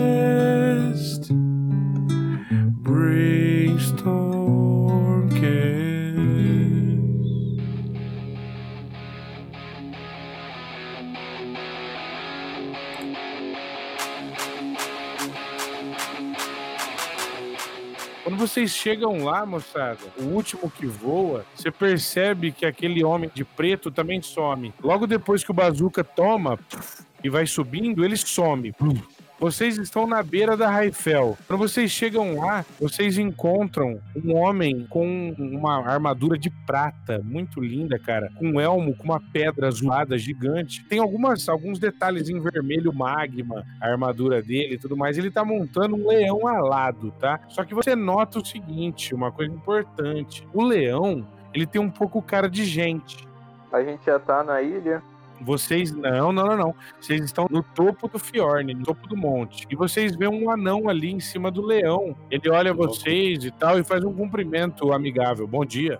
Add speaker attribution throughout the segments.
Speaker 1: Brainstormcast. Brainstormcast. Quando vocês chegam lá, moçada, o último que voa, você percebe que aquele homem de preto também some. Logo depois que o bazuca toma e vai subindo, ele some. Vocês estão na beira da Raifel. Quando vocês chegam lá, vocês encontram um homem com uma armadura de prata, muito linda, cara. Com um elmo, com uma pedra zoada gigante. Tem algumas, alguns detalhes em vermelho magma, a armadura dele e tudo mais. Ele tá montando um leão alado, tá? Só que você nota o seguinte, uma coisa importante. O leão, ele tem um pouco cara de gente.
Speaker 2: A gente já tá na ilha.
Speaker 1: Vocês. Não, não, não, não. Vocês estão no topo do fiorne, no topo do monte. E vocês veem um anão ali em cima do leão. Ele olha vocês e tal e faz um cumprimento amigável. Bom dia.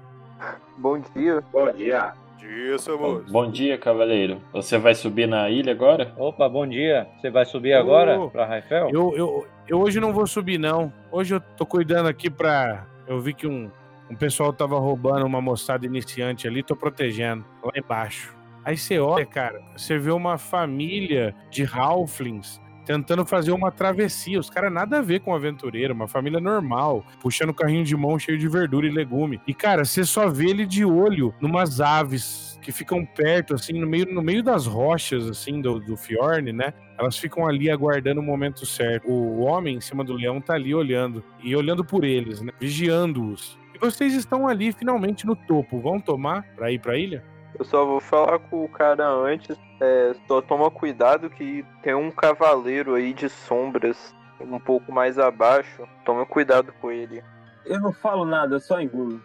Speaker 2: Bom dia.
Speaker 3: Bom dia.
Speaker 4: Dia, seu moço.
Speaker 5: Bom dia, cavaleiro. Você vai subir na ilha agora?
Speaker 6: Opa, bom dia. Você vai subir
Speaker 1: Ô.
Speaker 6: agora pra Raifel?
Speaker 1: Eu, eu, eu hoje não vou subir, não. Hoje eu tô cuidando aqui pra. Eu vi que um, um pessoal tava roubando uma moçada iniciante ali, tô protegendo, lá embaixo. Aí você olha, cara, você vê uma família de halflings tentando fazer uma travessia. Os caras nada a ver com aventureiro, uma família normal, puxando carrinho de mão cheio de verdura e legume. E, cara, você só vê ele de olho numas aves que ficam perto, assim, no meio, no meio das rochas, assim, do, do fiorne, né? Elas ficam ali aguardando o momento certo. O homem em cima do leão tá ali olhando. E olhando por eles, né? Vigiando-os. E vocês estão ali finalmente no topo. Vão tomar pra ir pra ilha?
Speaker 2: Eu só vou falar com o cara antes. É, só toma cuidado que tem um cavaleiro aí de sombras um pouco mais abaixo. Toma cuidado com ele.
Speaker 7: Eu não falo nada, eu só engulo.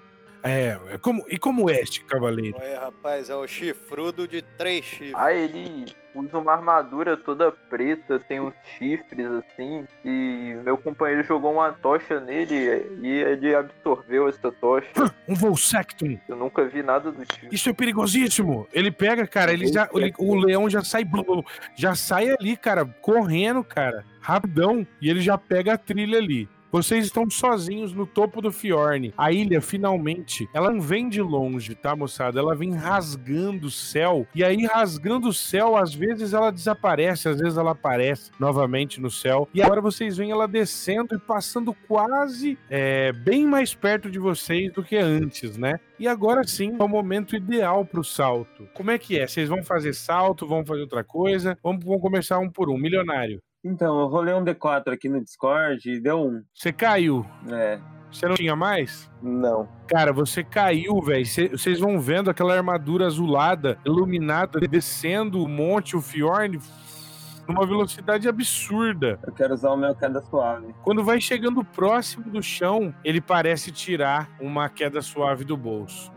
Speaker 1: É, é como, e como este, cavaleiro?
Speaker 4: Olha, rapaz, é o chifrudo de três chifres.
Speaker 2: Ah, ele usa uma armadura toda preta, tem uns chifres assim. E meu companheiro jogou uma tocha nele e ele absorveu essa tocha.
Speaker 1: Um Volsectum!
Speaker 2: Eu nunca vi nada do tipo.
Speaker 1: Isso é perigosíssimo! Ele pega, cara, ele já, ele- o leão já sai, blu, blu, blu, já sai ali, cara, correndo, cara, rapidão, e ele já pega a trilha ali. Vocês estão sozinhos no topo do fiorne. A ilha, finalmente, ela não vem de longe, tá, moçada? Ela vem rasgando o céu. E aí, rasgando o céu, às vezes ela desaparece, às vezes ela aparece novamente no céu. E agora vocês veem ela descendo e passando quase é, bem mais perto de vocês do que antes, né? E agora sim é o momento ideal pro salto. Como é que é? Vocês vão fazer salto, vão fazer outra coisa? Vamos, vamos começar um por um. Milionário,
Speaker 7: Então, eu rolei um D4 aqui no Discord e deu um.
Speaker 1: você caiu.
Speaker 7: É.
Speaker 1: Você não tinha mais?
Speaker 7: Não.
Speaker 1: Cara, você caiu, velho. Cê- Vocês vão vendo aquela armadura azulada, iluminada, descendo o monte, o fiorne, numa velocidade absurda.
Speaker 7: Eu quero usar o meu queda suave.
Speaker 1: Quando vai chegando próximo do chão, ele parece tirar uma queda suave do bolso.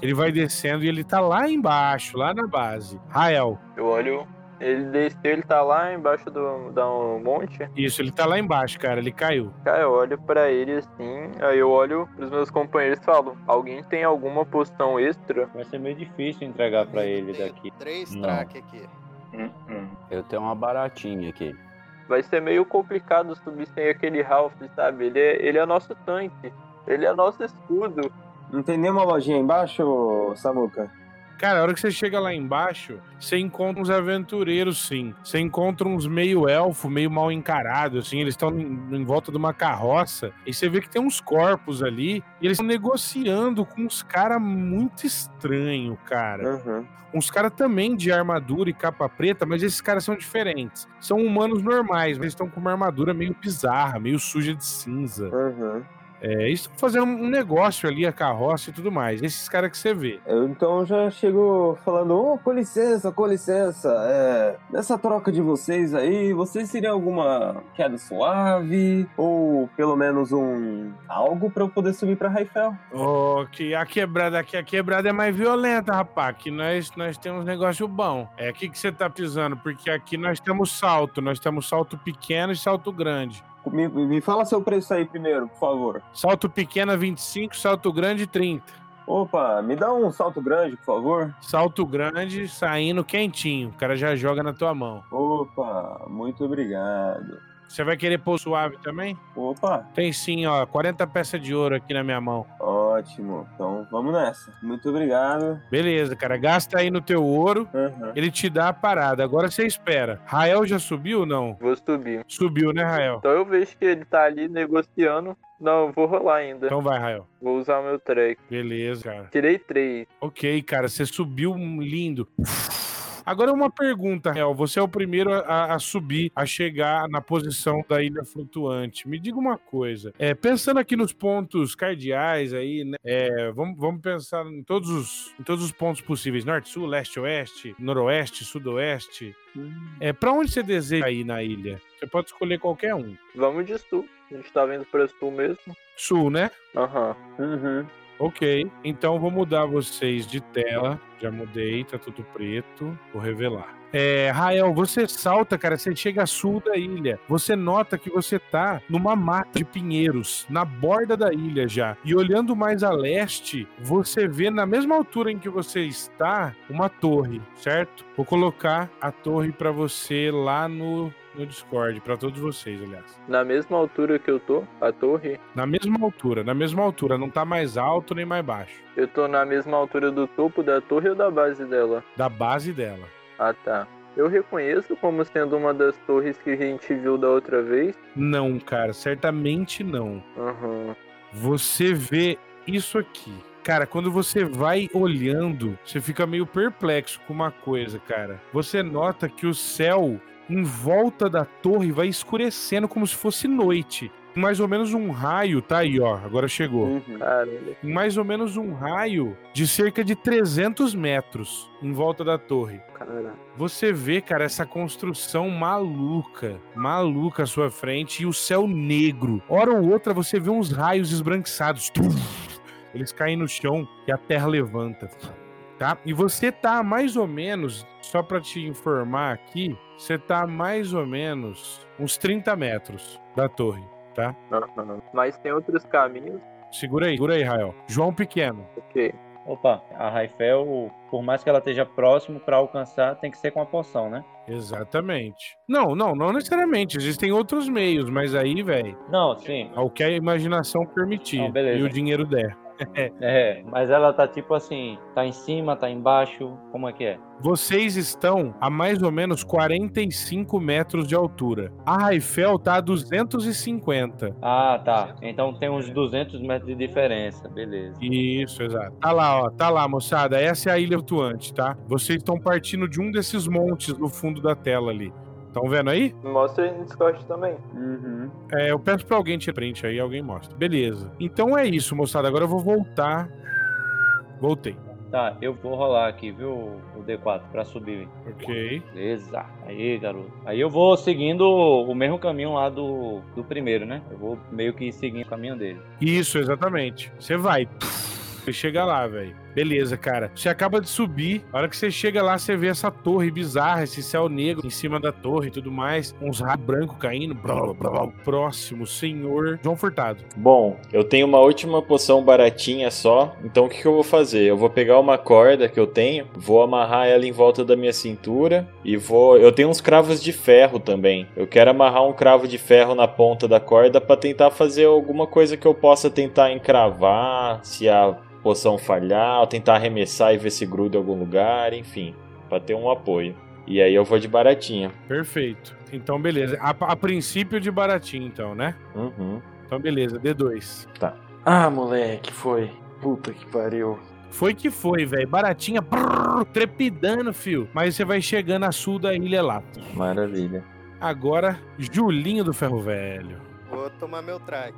Speaker 1: Ele vai descendo e ele tá lá embaixo, lá na base. Rael,
Speaker 2: Eu olho. Ele desceu, ele tá lá embaixo do, do monte.
Speaker 1: isso, ele tá lá embaixo, cara, ele caiu.
Speaker 2: Cara, eu olho pra ele assim, aí eu olho pros meus companheiros e falo: Alguém tem alguma poção extra?
Speaker 6: Vai ser meio difícil entregar pra ele
Speaker 4: Tem
Speaker 6: daqui.
Speaker 4: Três
Speaker 5: Não.
Speaker 4: traques aqui.
Speaker 5: Eu tenho uma baratinha aqui.
Speaker 2: Vai ser meio complicado subir sem aquele Ralph, sabe? Ele é, ele é nosso tanque, ele é nosso escudo.
Speaker 7: Não tem nenhuma lojinha aí embaixo, ô, Samuca?
Speaker 1: Cara, a hora que você chega lá embaixo, você encontra uns aventureiros, sim. Você encontra uns meio elfo, meio mal encarado, assim. Eles estão em, em volta de uma carroça. E você vê que tem uns corpos ali. E eles estão negociando com uns caras muito estranho, cara.
Speaker 7: Uhum.
Speaker 1: uns caras também de armadura e capa preta, mas esses caras são diferentes. São humanos normais, mas estão com uma armadura meio bizarra, meio suja de cinza.
Speaker 7: Uhum.
Speaker 1: É, eles estão fazendo um negócio ali, a carroça e tudo mais. Esses caras que você vê.
Speaker 7: Eu então já chego falando, ô, com licença, com licença. É, nessa troca de vocês aí, vocês teriam alguma queda suave? Ou pelo menos um algo pra eu poder subir pra Raifel?
Speaker 1: Ô, que a quebrada aqui, a quebrada é mais violenta, rapaz. Aqui nós, nós temos um negócio bom. É, o que, que você tá pisando? Porque aqui nós temos salto. Nós temos salto pequeno e salto grande.
Speaker 7: Me, me fala seu preço aí primeiro, por favor.
Speaker 1: Salto pequeno é 25, salto grande 30.
Speaker 7: Opa, me dá um salto grande, por favor.
Speaker 1: Salto grande, saindo quentinho. O cara já joga na tua mão.
Speaker 7: Opa, muito obrigado.
Speaker 1: Você vai querer pôr suave também?
Speaker 7: Opa,
Speaker 1: Tem sim, ó. 40 peças de ouro aqui na minha mão.
Speaker 7: ótimo. Então vamos nessa. Muito obrigado.
Speaker 1: Beleza, cara. Gasta aí no teu ouro.
Speaker 7: Aham.
Speaker 1: Ele te dá a parada. Agora você espera. Rael já subiu ou não?
Speaker 2: Vou subir.
Speaker 1: Subiu, né, Rael?
Speaker 2: Então eu vejo que ele tá ali negociando. Não, eu vou rolar ainda.
Speaker 1: Então vai, Rael.
Speaker 2: Vou usar o meu track.
Speaker 1: Beleza, cara.
Speaker 2: Tirei três.
Speaker 1: Ok, cara, você subiu um lindo. Agora uma pergunta, Rael. Você é o primeiro a, a subir, a chegar na posição da ilha flutuante. Me diga uma coisa. É, pensando aqui nos pontos cardeais aí, né? É, vamos, vamos pensar em todos, os, em todos os pontos possíveis: norte, sul, leste, oeste, noroeste, sudoeste. É, para onde você deseja ir na ilha? Você pode escolher qualquer um.
Speaker 2: Vamos de sul. A gente tá vindo pra sul mesmo.
Speaker 1: Sul, né?
Speaker 2: Aham.
Speaker 7: Uhum.
Speaker 1: Ok, então vou mudar vocês de tela. Já mudei, tá tudo preto. Vou revelar. É, Rael, você salta, cara, você chega a sul da ilha. Você nota que você tá numa mata de pinheiros, na borda da ilha já. E olhando mais a leste, você vê na mesma altura em que você está uma torre, certo? Vou colocar a torre pra você lá no, no Discord, pra todos vocês, aliás.
Speaker 2: Na mesma altura que eu tô, a torre,
Speaker 1: Na mesma altura, na mesma altura, não tá mais alto nem mais baixo.
Speaker 2: eu tô na mesma altura do topo da torre ou da base dela?
Speaker 1: Da base dela.
Speaker 2: Ah, tá. Eu reconheço como sendo uma das torres que a gente viu da outra vez.
Speaker 1: Não, cara, certamente não.
Speaker 2: Aham.
Speaker 1: Você vê isso aqui. Cara, quando você vai olhando, você fica meio perplexo com uma coisa, cara. Você nota que o céu em volta da torre vai escurecendo como se fosse noite. Mais ou menos um raio, tá aí, ó. Agora chegou
Speaker 7: Uhum.
Speaker 2: Caralho. mais ou menos um raio de cerca de 300 metros em volta da torre. Caralho.
Speaker 1: Você vê, cara, essa construção maluca, maluca à sua frente e o céu negro. Hora ou outra você vê uns raios esbranquiçados. Eles caem no chão e a terra levanta. Tá? E você tá mais ou menos, só pra te informar aqui, você tá mais ou menos uns 30 metros da torre, tá?
Speaker 2: Aham. Mas tem outros caminhos?
Speaker 1: Segura aí, segura aí, Rael. João Pequeno.
Speaker 2: Ok.
Speaker 6: Opa, a Raifel, por mais que ela esteja próximo pra alcançar, tem que ser com a poção, né?
Speaker 1: Exatamente. Não, não, não necessariamente. Existem outros meios, mas aí, velho,
Speaker 6: Não, sim.
Speaker 1: ao que a imaginação permitir
Speaker 6: Não, beleza.
Speaker 1: e o dinheiro der.
Speaker 6: É, mas ela tá tipo assim, tá em cima, tá embaixo, como é que é?
Speaker 1: Vocês estão a mais ou menos 45 metros de altura. A Raifel tá a 250.
Speaker 6: Ah, tá. Então tem uns 200 metros de diferença, beleza.
Speaker 1: Isso, exato. Tá lá, ó. Tá lá, moçada. Essa é a ilha flutuante, tá? Vocês estão partindo de um desses montes no fundo da tela ali. Estão vendo aí?
Speaker 2: Mostra aí no Discord também.
Speaker 7: Uhum.
Speaker 1: É, eu peço pra alguém tirar print aí, alguém mostra. Beleza. Então é isso, moçada. Agora eu vou voltar. Voltei.
Speaker 6: Tá, eu vou rolar aqui, viu, o D4 pra subir.
Speaker 1: Ok.
Speaker 6: Beleza. Aí, garoto. Aí eu vou seguindo o mesmo caminho lá do, do primeiro, né? Eu vou meio que seguindo o caminho dele.
Speaker 1: Isso, exatamente. Você vai. Você chega lá, velho. Beleza, cara. Você acaba de subir. A hora que você chega lá, você vê essa torre bizarra, esse céu negro em cima da torre e tudo mais. Uns raios brancos caindo. Blá, blá, blá. Próximo, senhor João Furtado.
Speaker 5: Bom, eu tenho uma última poção baratinha só, então o que, que eu vou fazer? Eu vou pegar uma corda que eu tenho, vou amarrar ela em volta da minha cintura e vou. Eu tenho uns cravos de ferro também. Eu quero amarrar um cravo de ferro na ponta da corda pra tentar fazer alguma coisa que eu possa tentar encravar, se a poção falhar, ou tentar arremessar e ver se gruda em algum lugar, enfim, pra ter um apoio. E aí eu vou de baratinha.
Speaker 1: Perfeito. Então, beleza. A, a princípio de baratinho, então, né?
Speaker 5: Uhum.
Speaker 1: Então, beleza. D2.
Speaker 3: Ah, moleque, foi. Puta que pariu.
Speaker 1: Foi que foi, velho. Baratinha, prrr, trepidando, fio. Mas você vai chegando a sul da ilha lá.
Speaker 5: Maravilha.
Speaker 1: Agora, Julinho do Ferro Velho.
Speaker 4: Vou tomar meu track.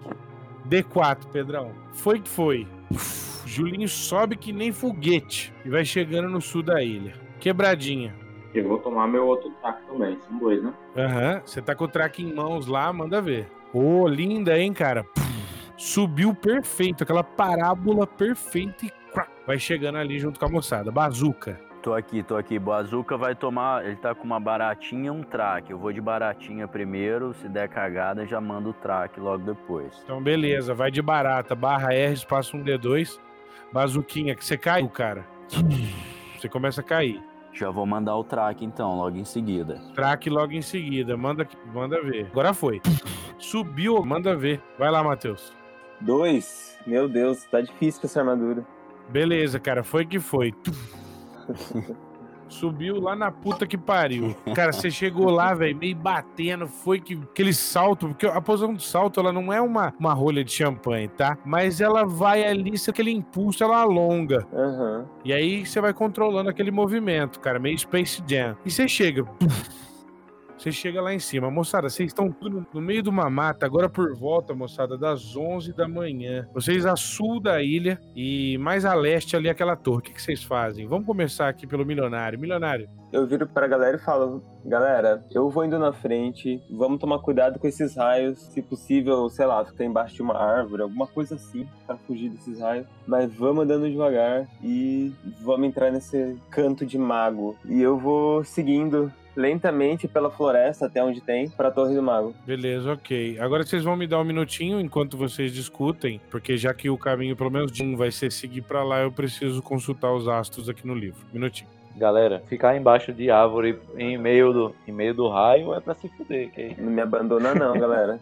Speaker 1: D4, Pedrão. Foi que foi. Julinho sobe que nem foguete e vai chegando no sul da ilha. Quebradinha.
Speaker 3: Eu vou tomar meu outro taco também. São dois, né?
Speaker 1: Aham, você tá com o track em mãos lá, manda ver. Ô, linda, hein, cara? Subiu perfeito, aquela parábola perfeita e crac, vai chegando ali junto com a moçada. Bazuca.
Speaker 8: Tô aqui, tô aqui. Bazuca vai tomar. Ele tá com uma baratinha e um traque. Eu vou de baratinha primeiro. Se der cagada, já mando o traque logo depois.
Speaker 1: Então, beleza, vai de barata, barra R, espaço 1D2. bazuquinha, que você cai, cara. Você começa a cair.
Speaker 8: Já vou mandar o track então, logo em seguida.
Speaker 1: Traque logo em seguida. Manda, manda ver. Agora foi. Subiu, manda ver. Vai lá, Matheus.
Speaker 7: Dois. Meu Deus, tá difícil com essa armadura.
Speaker 1: Beleza, cara, foi que foi. Subiu lá na puta que pariu. Cara, você chegou lá, velho, meio batendo, foi que aquele salto, porque a posição do salto, ela não é uma, uma rolha de champanhe, tá? Mas ela vai ali, se aquele impulso, ela alonga.
Speaker 7: Aham.
Speaker 1: E aí você vai controlando aquele movimento, cara, meio Space Jam. E você chega. Você chega lá em cima. Moçada, vocês estão tudo no meio de uma mata, agora por volta, moçada, das 11 da manhã. Vocês a sul da ilha e mais a leste ali aquela torre. O que, que vocês fazem? Vamos começar aqui pelo milionário. Milionário,
Speaker 7: Eu viro pra galera e falo: Galera, eu vou indo na frente, vamos tomar cuidado com esses raios. Se possível, sei lá, ficar embaixo de uma árvore, alguma coisa assim, pra fugir desses raios. Mas vamos andando devagar e vamos entrar nesse canto de mago. E eu vou seguindo lentamente pela floresta até onde tem, pra Torre do Mago.
Speaker 1: beleza, ok. Agora vocês vão me dar um minutinho enquanto vocês discutem, porque já que o caminho, pelo menos de um, vai ser seguir pra lá, eu preciso consultar os astros aqui no livro. Minutinho.
Speaker 6: Galera, ficar embaixo de árvore em meio do, em meio do raio é pra se fuder. Que...
Speaker 7: Não me abandona, não, galera.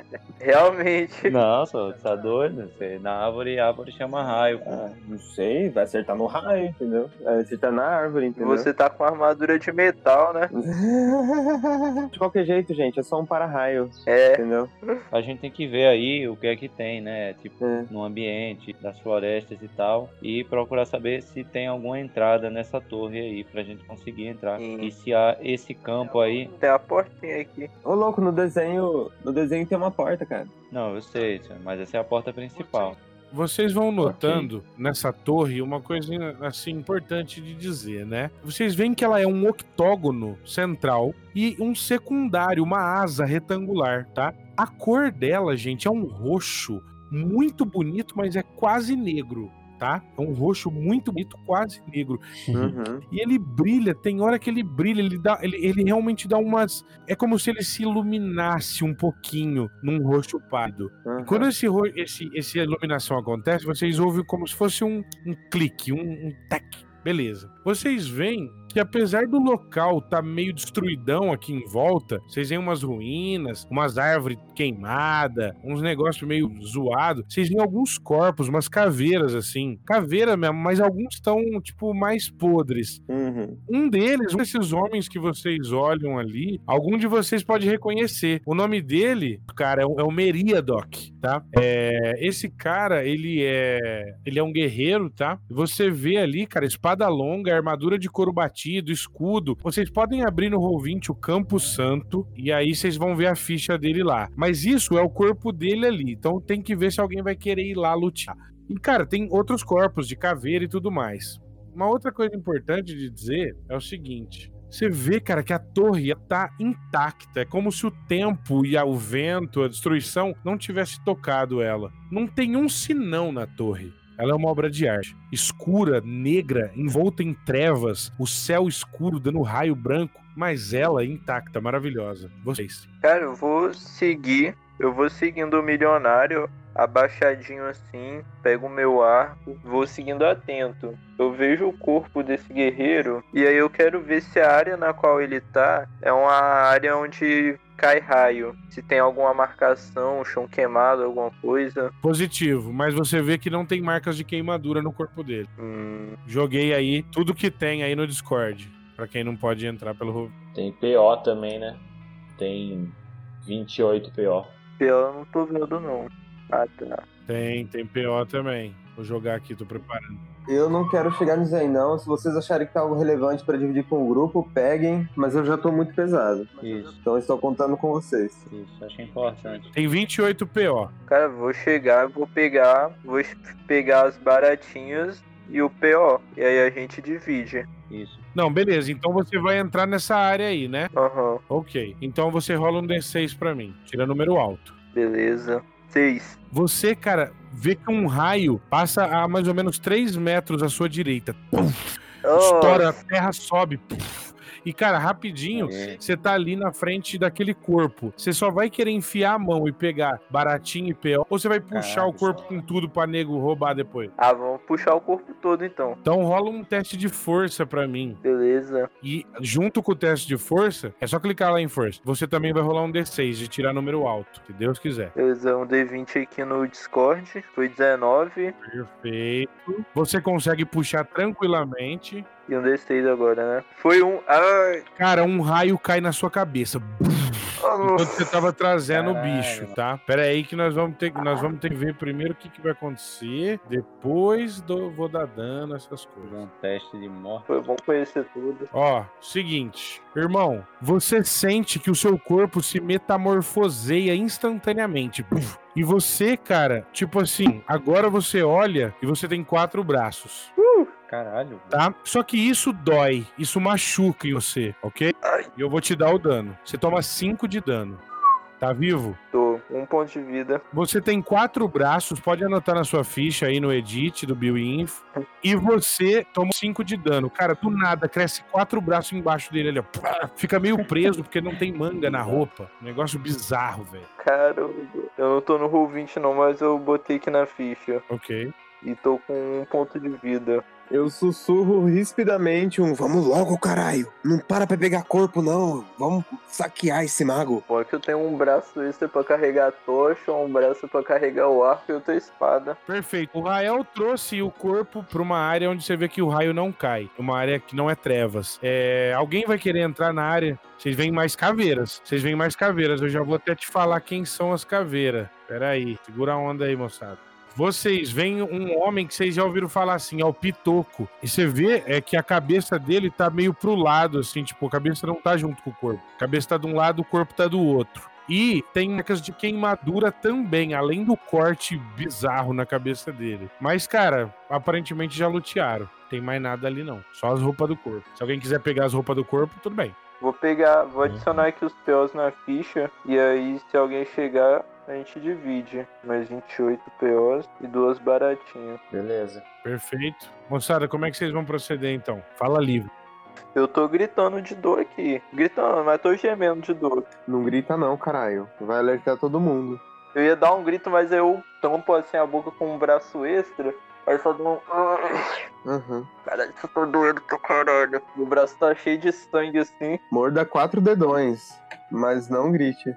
Speaker 2: Realmente.
Speaker 6: Nossa, tá doido? Você, na árvore, árvore chama raio. pô.
Speaker 7: Ah, não sei, vai acertar no raio, entendeu? Vai acertar na árvore, entendeu?
Speaker 2: Você tá com armadura de metal, né?
Speaker 7: De qualquer jeito, gente, é só um para-raio,
Speaker 2: É.
Speaker 7: entendeu?
Speaker 6: A gente tem que ver aí o que é que tem, né? Tipo,
Speaker 7: É.
Speaker 6: no ambiente, das florestas e tal. E procurar saber se tem alguma entrada nessa torre aí pra gente conseguir entrar.
Speaker 2: Sim.
Speaker 6: E se há esse campo aí.
Speaker 2: Tem a portinha aqui.
Speaker 7: Ô, louco, no desenho, no desenho tem uma porta, cara.
Speaker 6: Não, eu sei, senhor, mas essa é a porta principal.
Speaker 1: Vocês vão notando nessa torre uma coisa assim importante de dizer, né? Vocês veem que ela é um octógono central e um secundário, uma asa retangular, tá? A cor dela, gente, é um roxo muito bonito, mas é quase negro, tá? É um roxo muito bonito, quase negro.
Speaker 7: Uhum.
Speaker 1: E ele brilha, tem hora que ele brilha, ele, dá, ele, ele realmente dá umas. É como se ele se iluminasse um pouquinho num roxo pálido. E Quando esse, ro- esse, essa iluminação acontece, vocês ouvem como se fosse um, um clique, um, um tec. Beleza. Vocês veem que apesar do local tá meio destruidão aqui em volta, vocês veem umas ruínas, umas árvores queimadas, uns negócios meio zoado. Vocês veem alguns corpos, umas caveiras assim. Caveira mesmo, mas alguns estão, tipo, mais podres.
Speaker 7: Uhum.
Speaker 1: Um deles, um desses homens que vocês olham ali, algum de vocês pode reconhecer. O nome dele, cara, é o, é o Meríadoc, tá? É, esse cara, ele é ele é um guerreiro, tá? Você vê ali, cara, espada longa, armadura de couro batido, escudo. Vocês podem abrir no Roll20 o Campo Santo e aí vocês vão ver a ficha dele lá. Mas isso é o corpo dele ali, então tem que ver se alguém vai querer ir lá lutar. E, cara, tem outros corpos de caveira e tudo mais. Uma outra coisa importante de dizer é o seguinte. Você vê, cara, que a torre tá intacta. É como se o tempo e a- o vento, a destruição, não tivesse tocado ela. Não tem um sinão na torre. Ela é uma obra de arte. Escura, negra, envolta em trevas, o céu escuro dando raio branco, mas ela é intacta, maravilhosa. Vocês.
Speaker 2: Cara, eu vou seguir. Eu vou seguindo o milionário, abaixadinho assim, pego o meu ar, vou seguindo atento. Eu vejo o corpo desse guerreiro e aí eu quero ver se a área na qual ele tá é uma área onde cai raio. Se tem alguma marcação, chão queimado, alguma coisa.
Speaker 1: Positivo, mas você vê que não tem marcas de queimadura no corpo dele.
Speaker 2: Hum,
Speaker 1: Joguei aí tudo que tem aí no Discord, pra quem não pode entrar pelo
Speaker 5: Tem PO também, né? Tem 28 PO.
Speaker 2: eu não tô vendo não. Ah, tá.
Speaker 1: Tem, tem PO também. Vou jogar aqui, tô preparando.
Speaker 7: Eu não quero chegar nisso aí, não. Se vocês acharem que tá algo relevante pra dividir com o grupo, peguem, mas eu já tô muito pesado.
Speaker 6: Isso,
Speaker 7: Então eu estou contando com vocês.
Speaker 6: isso, acho importante.
Speaker 1: Tem 28 PO.
Speaker 2: Cara, vou chegar, vou pegar, vou es- pegar as baratinhas e o PO. E aí a gente divide.
Speaker 6: Isso.
Speaker 1: Não, beleza. Então você vai entrar nessa área aí, né?
Speaker 2: Aham.
Speaker 1: Ok. Então você rola um D6 pra mim. Tira número alto.
Speaker 2: Beleza. Seis.
Speaker 1: Você, cara, vê que um raio passa a mais ou menos 3 metros à sua direita. Estoura, a terra sobe. Puf. E, cara, rapidinho,
Speaker 6: É.
Speaker 1: você tá ali na frente daquele corpo. Você só vai querer enfiar a mão e pegar baratinho e PO, ou você vai puxar o
Speaker 6: Caralho,
Speaker 1: corpo com tudo pra nego roubar depois.
Speaker 2: Ah, vamos puxar o corpo todo então.
Speaker 1: Então rola um teste de força pra mim.
Speaker 2: Beleza.
Speaker 1: E junto com o teste de força, é só clicar lá em força. Você também vai rolar um D6 de tirar número alto, se Deus quiser.
Speaker 2: Beleza, um D20 aqui no Discord. Foi 19.
Speaker 1: Perfeito. Você consegue puxar tranquilamente.
Speaker 2: E um D6 agora, né? Foi um. Ai!
Speaker 1: Cara, um raio cai na sua cabeça. Enquanto
Speaker 2: ah,
Speaker 1: você tá tava trazendo o
Speaker 6: Caralho,
Speaker 1: bicho, tá? Pera aí que nós vamos ter que nós vamos ter que ver primeiro o que, que vai acontecer. Depois do, vou dar dano, essas
Speaker 6: Fazer
Speaker 1: coisas.
Speaker 6: um teste de morte.
Speaker 2: Foi bom conhecer tudo.
Speaker 1: Ó, seguinte, irmão, você sente que o seu corpo se metamorfoseia instantaneamente. Puf. E você, cara, tipo assim, agora você olha e você tem quatro braços,
Speaker 6: Caralho.
Speaker 1: tá? Só que isso dói, isso machuca em você, ok? E eu vou te dar o dano. Você toma cinco de dano. Tá vivo?
Speaker 2: Tô. Um ponto de vida.
Speaker 1: Você tem quatro braços, pode anotar na sua ficha aí no edit do Bioinfo. E você toma cinco de dano. Cara, do nada, cresce quatro braços embaixo dele. Ele ó, pá, fica meio preso porque não tem manga na roupa. Negócio bizarro, velho.
Speaker 2: Cara, eu não tô no roll 20 não, mas eu botei aqui na ficha.
Speaker 1: Ok.
Speaker 2: E tô com um ponto de vida.
Speaker 7: Eu sussurro rispidamente um Vamos logo, caralho! Não para pra pegar corpo, não! Vamos saquear esse mago!
Speaker 2: Bom, é que eu tenho um braço extra pra carregar a tocha, um braço pra carregar o arco e outra espada.
Speaker 1: Perfeito. O Rael trouxe o corpo pra uma área onde você vê que o raio não cai. Uma área que não é trevas. É, alguém vai querer entrar na área. Vocês veem mais caveiras. Vocês veem mais caveiras. Eu já vou até te falar quem são as caveiras. Peraí, segura a onda aí, moçada. Vocês veem um homem que vocês já ouviram falar assim, é o Pitoco. E você vê é que a cabeça dele tá meio pro lado, assim, tipo, a cabeça não tá junto com o corpo. A cabeça tá de um lado, o corpo tá do outro. E tem marcas de queimadura também, além do corte bizarro na cabeça dele. Mas, cara, aparentemente já lutearam. Tem mais nada ali, não. Só as roupas do corpo. Se alguém quiser pegar as roupas do corpo, tudo bem.
Speaker 2: Vou pegar, vou adicionar aqui os POs na ficha. E aí, se alguém chegar, a gente divide. Mais 28 POs e duas baratinhas.
Speaker 3: Beleza.
Speaker 1: Perfeito. Moçada, como é que vocês vão proceder então? Fala livre.
Speaker 2: Eu tô gritando de dor aqui. Gritando, mas tô gemendo de dor.
Speaker 7: Não grita, não, caralho. Vai alertar todo mundo.
Speaker 2: Eu ia dar um grito, mas eu tampo assim a boca com um braço extra. Aí só dou um.
Speaker 7: Aham.
Speaker 2: Caralho, isso tá doendo pra caralho. Meu braço tá cheio de sangue assim.
Speaker 7: Morda quatro dedões, mas não grite.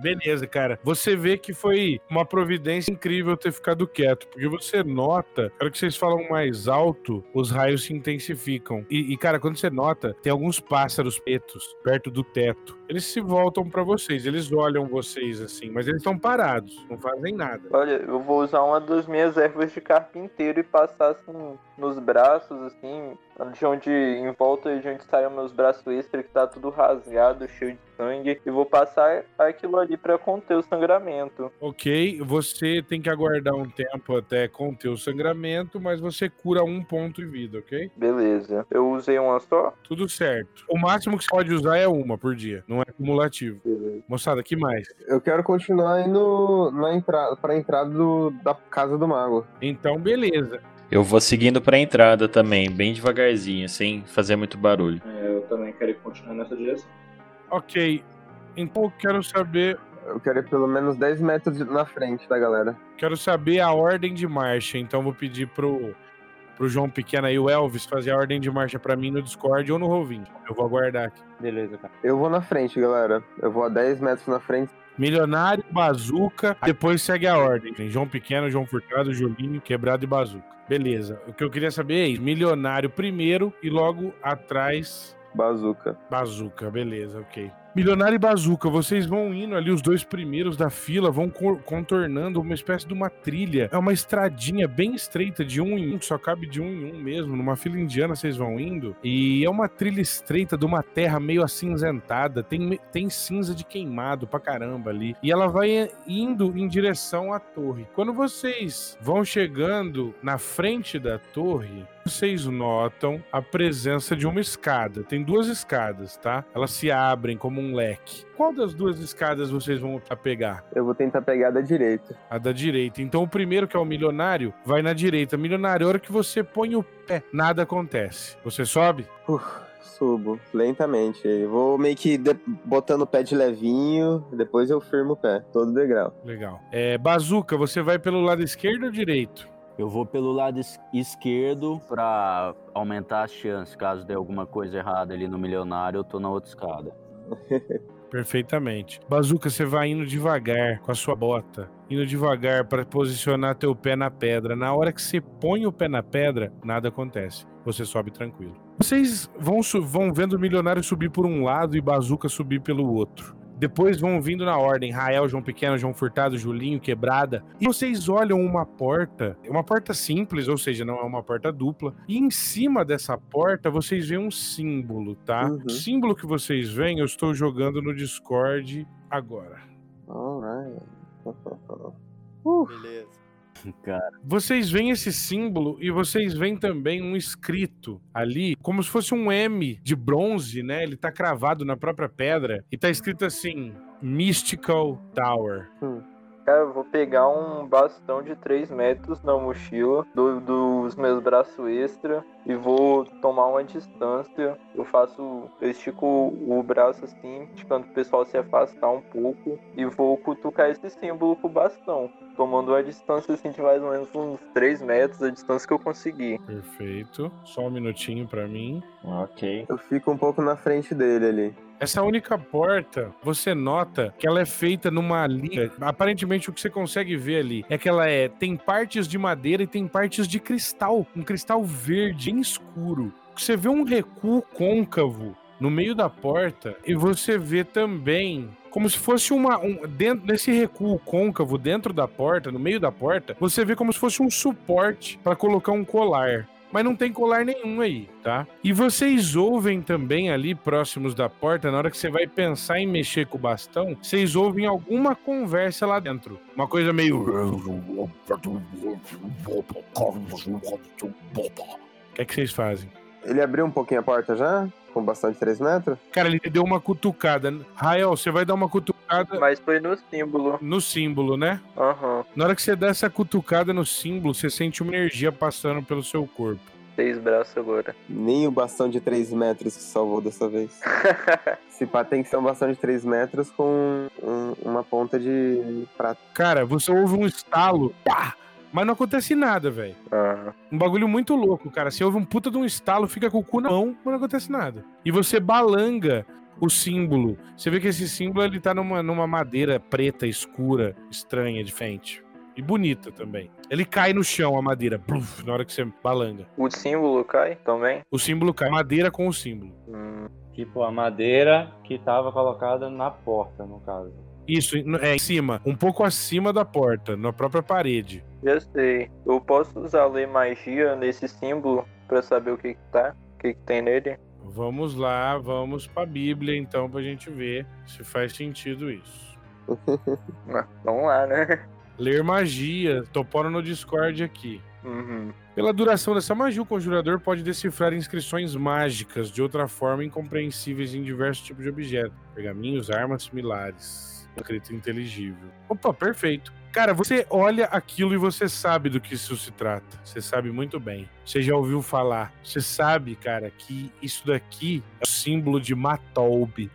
Speaker 1: Beleza, cara. Você vê que foi uma providência incrível ter ficado quieto, porque você nota, na hora que vocês falam mais alto, os raios se intensificam. E, e, cara, quando você nota, tem alguns pássaros pretos perto do teto. Eles se voltam pra vocês, eles olham vocês assim, mas eles estão parados, não fazem nada.
Speaker 2: Olha, eu vou usar uma das minhas ervas de carpinteiro e passar assim nos braços, assim, de onde, em volta de onde saíram meus braços extra, que tá tudo rasgado, cheio de sangue. E vou passar aquilo ali pra conter o sangramento.
Speaker 1: Ok, você tem que aguardar um tempo até conter o sangramento, mas você cura um ponto de vida, ok?
Speaker 2: Beleza. Eu usei uma só?
Speaker 1: Tudo certo. O máximo que você pode usar é uma por dia, não é acumulativo.
Speaker 2: Beleza.
Speaker 1: Moçada, que mais?
Speaker 7: Eu quero continuar indo na entrada, pra entrada do, da casa do mago.
Speaker 1: Então, beleza.
Speaker 5: Eu vou seguindo pra entrada também, bem devagarzinho, sem fazer muito barulho.
Speaker 3: É, eu também quero continuar nessa direção.
Speaker 1: Ok. Então eu quero saber.
Speaker 7: Eu quero ir pelo menos 10 metros de- na frente da galera.
Speaker 1: Quero saber a ordem de marcha. Então eu vou pedir pro, pro João Pequeno aí, o Elvis, fazer a ordem de marcha pra mim no Discord ou no Rovin. Eu vou aguardar aqui.
Speaker 6: Beleza, cara.
Speaker 7: Eu vou na frente, galera. Eu vou a 10 metros na frente.
Speaker 1: Milionário, Bazuca, aí depois segue a ordem. Tem João Pequeno, João Furtado, Julinho, Quebrado e Bazuca. Beleza. O que eu queria saber é isso. Milionário primeiro e logo atrás
Speaker 7: Bazuca.
Speaker 1: Bazuca, beleza, ok. Milionário e Bazuca, vocês vão indo ali, os dois primeiros da fila vão cor- contornando uma espécie de uma trilha. É uma estradinha bem estreita, de um em um, só cabe de um em um mesmo. Numa fila indiana vocês vão indo. E é uma trilha estreita de uma terra meio acinzentada. Tem, me- tem cinza de queimado pra caramba ali. E ela vai indo em direção à torre. Quando vocês vão chegando na frente da torre, vocês notam a presença de uma escada. Tem duas escadas, tá? Elas se abrem como um leque. Qual das duas escadas vocês vão optar pegar?
Speaker 7: Eu vou tentar pegar da direita.
Speaker 1: A da direita. Então o primeiro, que é o milionário, vai na direita. Milionário, a hora que você põe o pé, nada acontece. Você sobe?
Speaker 7: Uf, subo lentamente. aí. Vou meio que de- botando o pé de levinho, depois eu firmo o pé, todo degrau.
Speaker 1: Legal. É, bazuca, você vai pelo lado esquerdo ou direito?
Speaker 8: Eu vou pelo lado es- esquerdo pra aumentar as chances. Caso dê alguma coisa errada ali no milionário, eu tô na outra escada.
Speaker 1: Perfeitamente. Bazuca, você vai indo devagar com a sua bota, indo devagar para posicionar teu pé na pedra. Na hora que você põe o pé na pedra, nada acontece. Você sobe tranquilo. Vocês vão, su- vão vendo o milionário subir por um lado e Bazuca subir pelo outro. Depois vão vindo na ordem: Rael, João Pequeno, João Furtado, Julinho, Quebrada. E vocês olham uma porta, uma porta simples, ou seja, não é uma porta dupla. E em cima dessa porta vocês veem um símbolo, tá?
Speaker 7: Uhum.
Speaker 1: O símbolo que vocês veem, eu estou jogando no Discord agora.
Speaker 7: Alright.
Speaker 4: Beleza.
Speaker 1: Vocês veem esse símbolo e vocês veem também um escrito ali, como se fosse um M de bronze, né? Ele tá cravado na própria pedra e tá escrito assim: Mystical Tower.
Speaker 2: Cara, eu vou pegar um bastão de 3 metros na mochila do- dos meus braços extra e vou tomar uma distância. Eu faço. Eu estico o braço assim, esticando o pessoal se afastar um pouco e vou cutucar esse símbolo com o bastão. Tomando uma distância assim de mais ou menos uns 3 metros, a distância que eu conseguir.
Speaker 1: Perfeito. Só um minutinho pra mim.
Speaker 5: Ok.
Speaker 7: Eu fico um pouco na frente dele ali.
Speaker 1: Essa única porta, você nota que ela é feita numa liga. Aparentemente, o que você consegue ver ali é que ela é. Tem partes de madeira e tem partes de cristal. Um cristal verde, bem escuro. Você vê um recuo côncavo no meio da porta e você vê também. Como se fosse uma. um- dentro, nesse recuo côncavo, dentro da porta, no meio da porta, você vê como se fosse um suporte para colocar um colar mas não tem colar nenhum aí, tá? E vocês ouvem também ali próximos da porta, na hora que você vai pensar em mexer com o bastão, vocês ouvem alguma conversa lá dentro. Uma coisa meio. O que é que vocês fazem?
Speaker 7: Ele abriu um pouquinho a porta já? Com bastante 3 metros?
Speaker 1: Cara, ele deu uma cutucada. Rael, você vai dar uma cutucada
Speaker 2: Mas foi no símbolo.
Speaker 1: no símbolo, né?
Speaker 2: Aham.
Speaker 1: Na hora que você dá essa cutucada no símbolo, você sente uma energia passando pelo seu corpo.
Speaker 2: Seis braços agora.
Speaker 7: Nem o bastão de 3 metros que salvou dessa vez. Se pá, tem que ser um bastão de 3 metros com um- uma ponta de prata.
Speaker 1: Cara, você ouve um estalo, pá, mas não acontece nada, velho.
Speaker 2: Aham.
Speaker 1: Um bagulho muito louco, cara. Você ouve um puta de um estalo, fica com o cu na mão, mas não acontece nada. E você balanga o símbolo. Você vê que esse símbolo ele tá numa, numa madeira preta, escura, estranha, de frente. E bonita também. Ele cai no chão, a madeira, bluf, na hora que você balanga.
Speaker 2: O símbolo cai também?
Speaker 1: O símbolo cai. Madeira com o símbolo.
Speaker 2: Hum.
Speaker 6: Tipo, a madeira que tava colocada na porta, no caso.
Speaker 1: Isso, é em cima. Um pouco acima da porta, na própria parede.
Speaker 2: Já sei. Eu posso usar a lei magia nesse símbolo pra saber o que, que tá? O que, que tem nele?
Speaker 1: Vamos lá, vamos pra Bíblia, então, pra gente ver se faz sentido isso.
Speaker 2: Ah, vamos lá, né?
Speaker 1: Ler magia. Tô pondo no Discord aqui.
Speaker 2: Uhum.
Speaker 1: Pela duração dessa magia, o conjurador pode decifrar inscrições mágicas de outra forma incompreensíveis em diversos tipos de objetos, pergaminhos, armas similares. Escrito inteligível. Opa, perfeito. Cara, você olha aquilo e você sabe do que isso se trata. Você sabe muito bem. Você já ouviu falar. Você sabe, cara, que isso daqui é o símbolo de Matolb.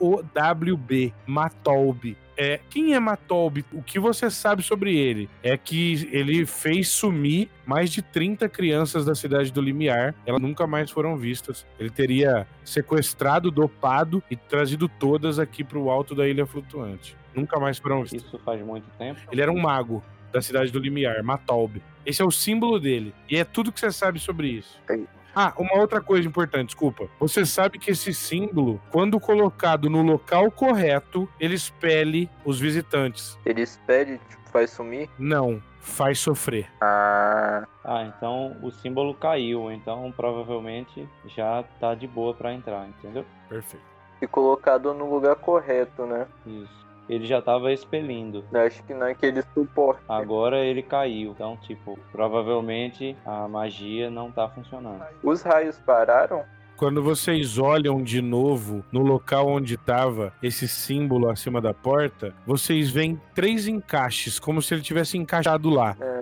Speaker 1: M-A-T-O-O-W-B. Matolb é quem é Matolb? O que você sabe sobre ele é que ele fez sumir mais de 30 crianças da cidade do Limiar. Elas nunca mais foram vistas. Ele teria sequestrado, dopado e trazido todas aqui para o alto da Ilha Flutuante. Nunca mais foram vistas.
Speaker 6: Isso faz muito tempo.
Speaker 1: Ele era um mago da cidade do Limiar, Matolb. Esse é o símbolo dele. E é tudo que você sabe sobre isso.
Speaker 2: Aí.
Speaker 1: Ah, uma outra coisa importante, desculpa. Você sabe que esse símbolo, quando colocado no local correto, ele expele os visitantes.
Speaker 2: Ele espere, tipo, faz sumir?
Speaker 1: Não, faz sofrer.
Speaker 2: Ah,
Speaker 6: Ah, então o símbolo caiu, então provavelmente já tá de boa pra entrar, entendeu?
Speaker 1: Perfeito.
Speaker 2: e colocado no lugar correto, né?
Speaker 6: Isso. Ele já tava expelindo.
Speaker 2: Eu acho que naquele suporte.
Speaker 6: Agora ele caiu. Então, tipo, provavelmente a magia não tá funcionando.
Speaker 2: Os raios pararam?
Speaker 1: Quando vocês olham de novo no local onde estava esse símbolo acima da porta, vocês veem três encaixes, como se ele tivesse encaixado lá.
Speaker 2: É,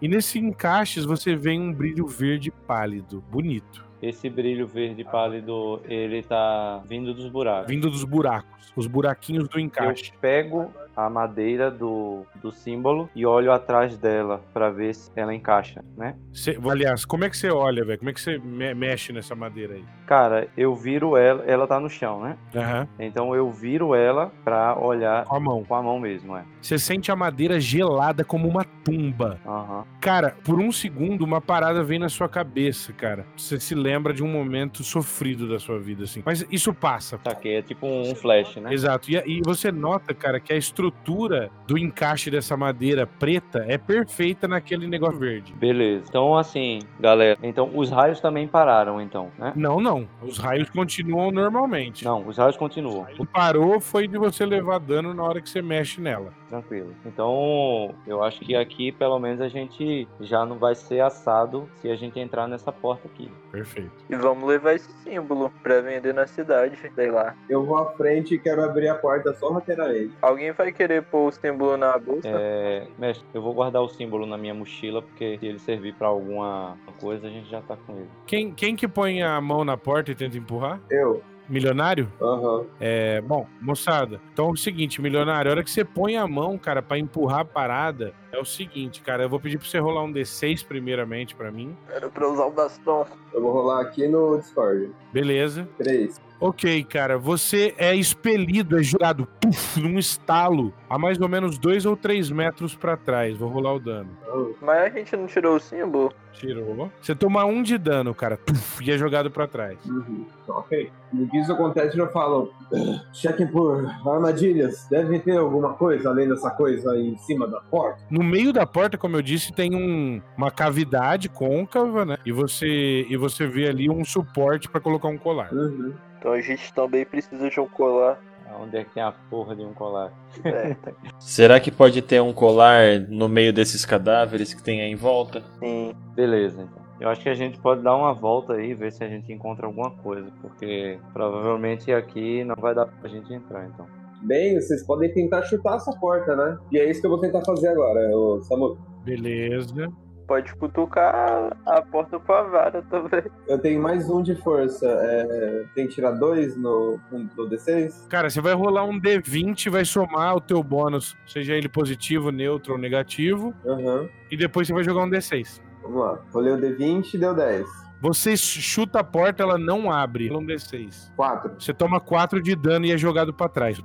Speaker 1: E nesses encaixes você vê um brilho verde pálido, bonito.
Speaker 6: Esse brilho verde pálido, ele tá vindo dos buracos.
Speaker 1: Vindo dos buracos, os buraquinhos do
Speaker 6: Eu
Speaker 1: encaixe.
Speaker 6: pego a madeira do, do símbolo e olho atrás dela pra ver se ela encaixa, né?
Speaker 1: Cê- aliás, como é que você olha, velho? Como é que você me- mexe nessa madeira aí?
Speaker 6: Cara, eu viro ela, ela tá no chão, né?
Speaker 1: Aham.
Speaker 6: Então eu viro ela pra olhar
Speaker 1: Com a mão.
Speaker 6: com a mão mesmo, é.
Speaker 1: Você sente a madeira gelada como uma tumba.
Speaker 6: Aham.
Speaker 1: Cara, por um segundo, uma parada vem na sua cabeça, cara. Você se lembra de um momento sofrido da sua vida, assim. Mas isso passa.
Speaker 6: Saquei, é tipo um flash, né?
Speaker 1: Exato. E, e você nota, cara, que a estrutura do encaixe dessa madeira preta é perfeita naquele negócio verde.
Speaker 6: Beleza. Então, assim, galera. Então, os raios também pararam, então, né?
Speaker 1: Não, não. Os raios continuam normalmente.
Speaker 6: Não, os raios continuam.
Speaker 1: O que parou foi de você levar dano na hora que você mexe nela.
Speaker 6: Tranquilo. Então, eu acho que aqui, pelo menos, a gente já não vai ser assado se a gente entrar nessa porta aqui.
Speaker 1: Perfeito.
Speaker 2: E vamos levar esse símbolo pra vender na cidade, sei lá.
Speaker 7: Eu vou à frente e quero abrir a porta só lateralmente.
Speaker 2: Alguém vai querer pôr o símbolo na bolsa?
Speaker 6: É, mestre, eu vou guardar o símbolo na minha mochila, porque se ele servir pra alguma coisa, a gente já tá com ele.
Speaker 1: Quem, quem que põe a mão na porta e tenta empurrar?
Speaker 7: Eu?
Speaker 1: Milionário?
Speaker 7: Aham.
Speaker 1: É, bom, moçada, então é o seguinte, milionário, a hora que você põe a mão, cara, pra empurrar a parada, é o seguinte, cara, eu vou pedir pra você rolar um D6 primeiramente pra mim.
Speaker 2: Era pra usar o bastão.
Speaker 7: Eu vou rolar aqui no Discord.
Speaker 1: Beleza.
Speaker 7: 3.
Speaker 1: Ok, cara, você é expelido, é jogado, puf, num estalo, a mais ou menos dois ou três metros pra trás. Vou rolar o dano.
Speaker 7: Uhum.
Speaker 2: Mas a gente não tirou o símbolo?
Speaker 1: Tirou. Você toma um de dano, cara, puf, e é jogado pra trás.
Speaker 7: Uhum. Ok. No que isso acontece, eu falo: "Ah, chequem por armadilhas. Deve ter alguma coisa além dessa coisa aí em cima da porta.
Speaker 1: No meio da porta, como eu disse, tem um- uma cavidade côncava, né? E você, e você vê ali um suporte pra colocar um colar.
Speaker 7: Uhum.
Speaker 2: Então a gente também precisa de um colar.
Speaker 6: Onde é que tem a porra de um colar?
Speaker 2: É,
Speaker 5: Será que pode ter um colar no meio desses cadáveres que tem aí em volta?
Speaker 2: sim.
Speaker 6: Beleza, então. Eu acho que a gente pode dar uma volta aí e ver se a gente encontra alguma coisa, porque provavelmente aqui não vai dar pra gente entrar, então.
Speaker 7: Bem, vocês podem tentar chutar essa porta, né? E é isso que eu vou tentar fazer agora, ô Samu.
Speaker 1: Beleza.
Speaker 2: Pode cutucar a porta com a vara também.
Speaker 7: Eu tenho mais um de força. É, tem que tirar dois no, um- no D6?
Speaker 1: Cara, você vai rolar um D20, vai somar o teu bônus, seja ele positivo, neutro ou negativo,
Speaker 7: Aham.
Speaker 1: e depois você vai jogar um D6.
Speaker 7: Vamos lá. Rolei o D20 e deu 10.
Speaker 1: Você chuta a porta, ela não abre. Rola Um D6.
Speaker 7: 4.
Speaker 1: Você toma 4 de dano e é jogado pra trás.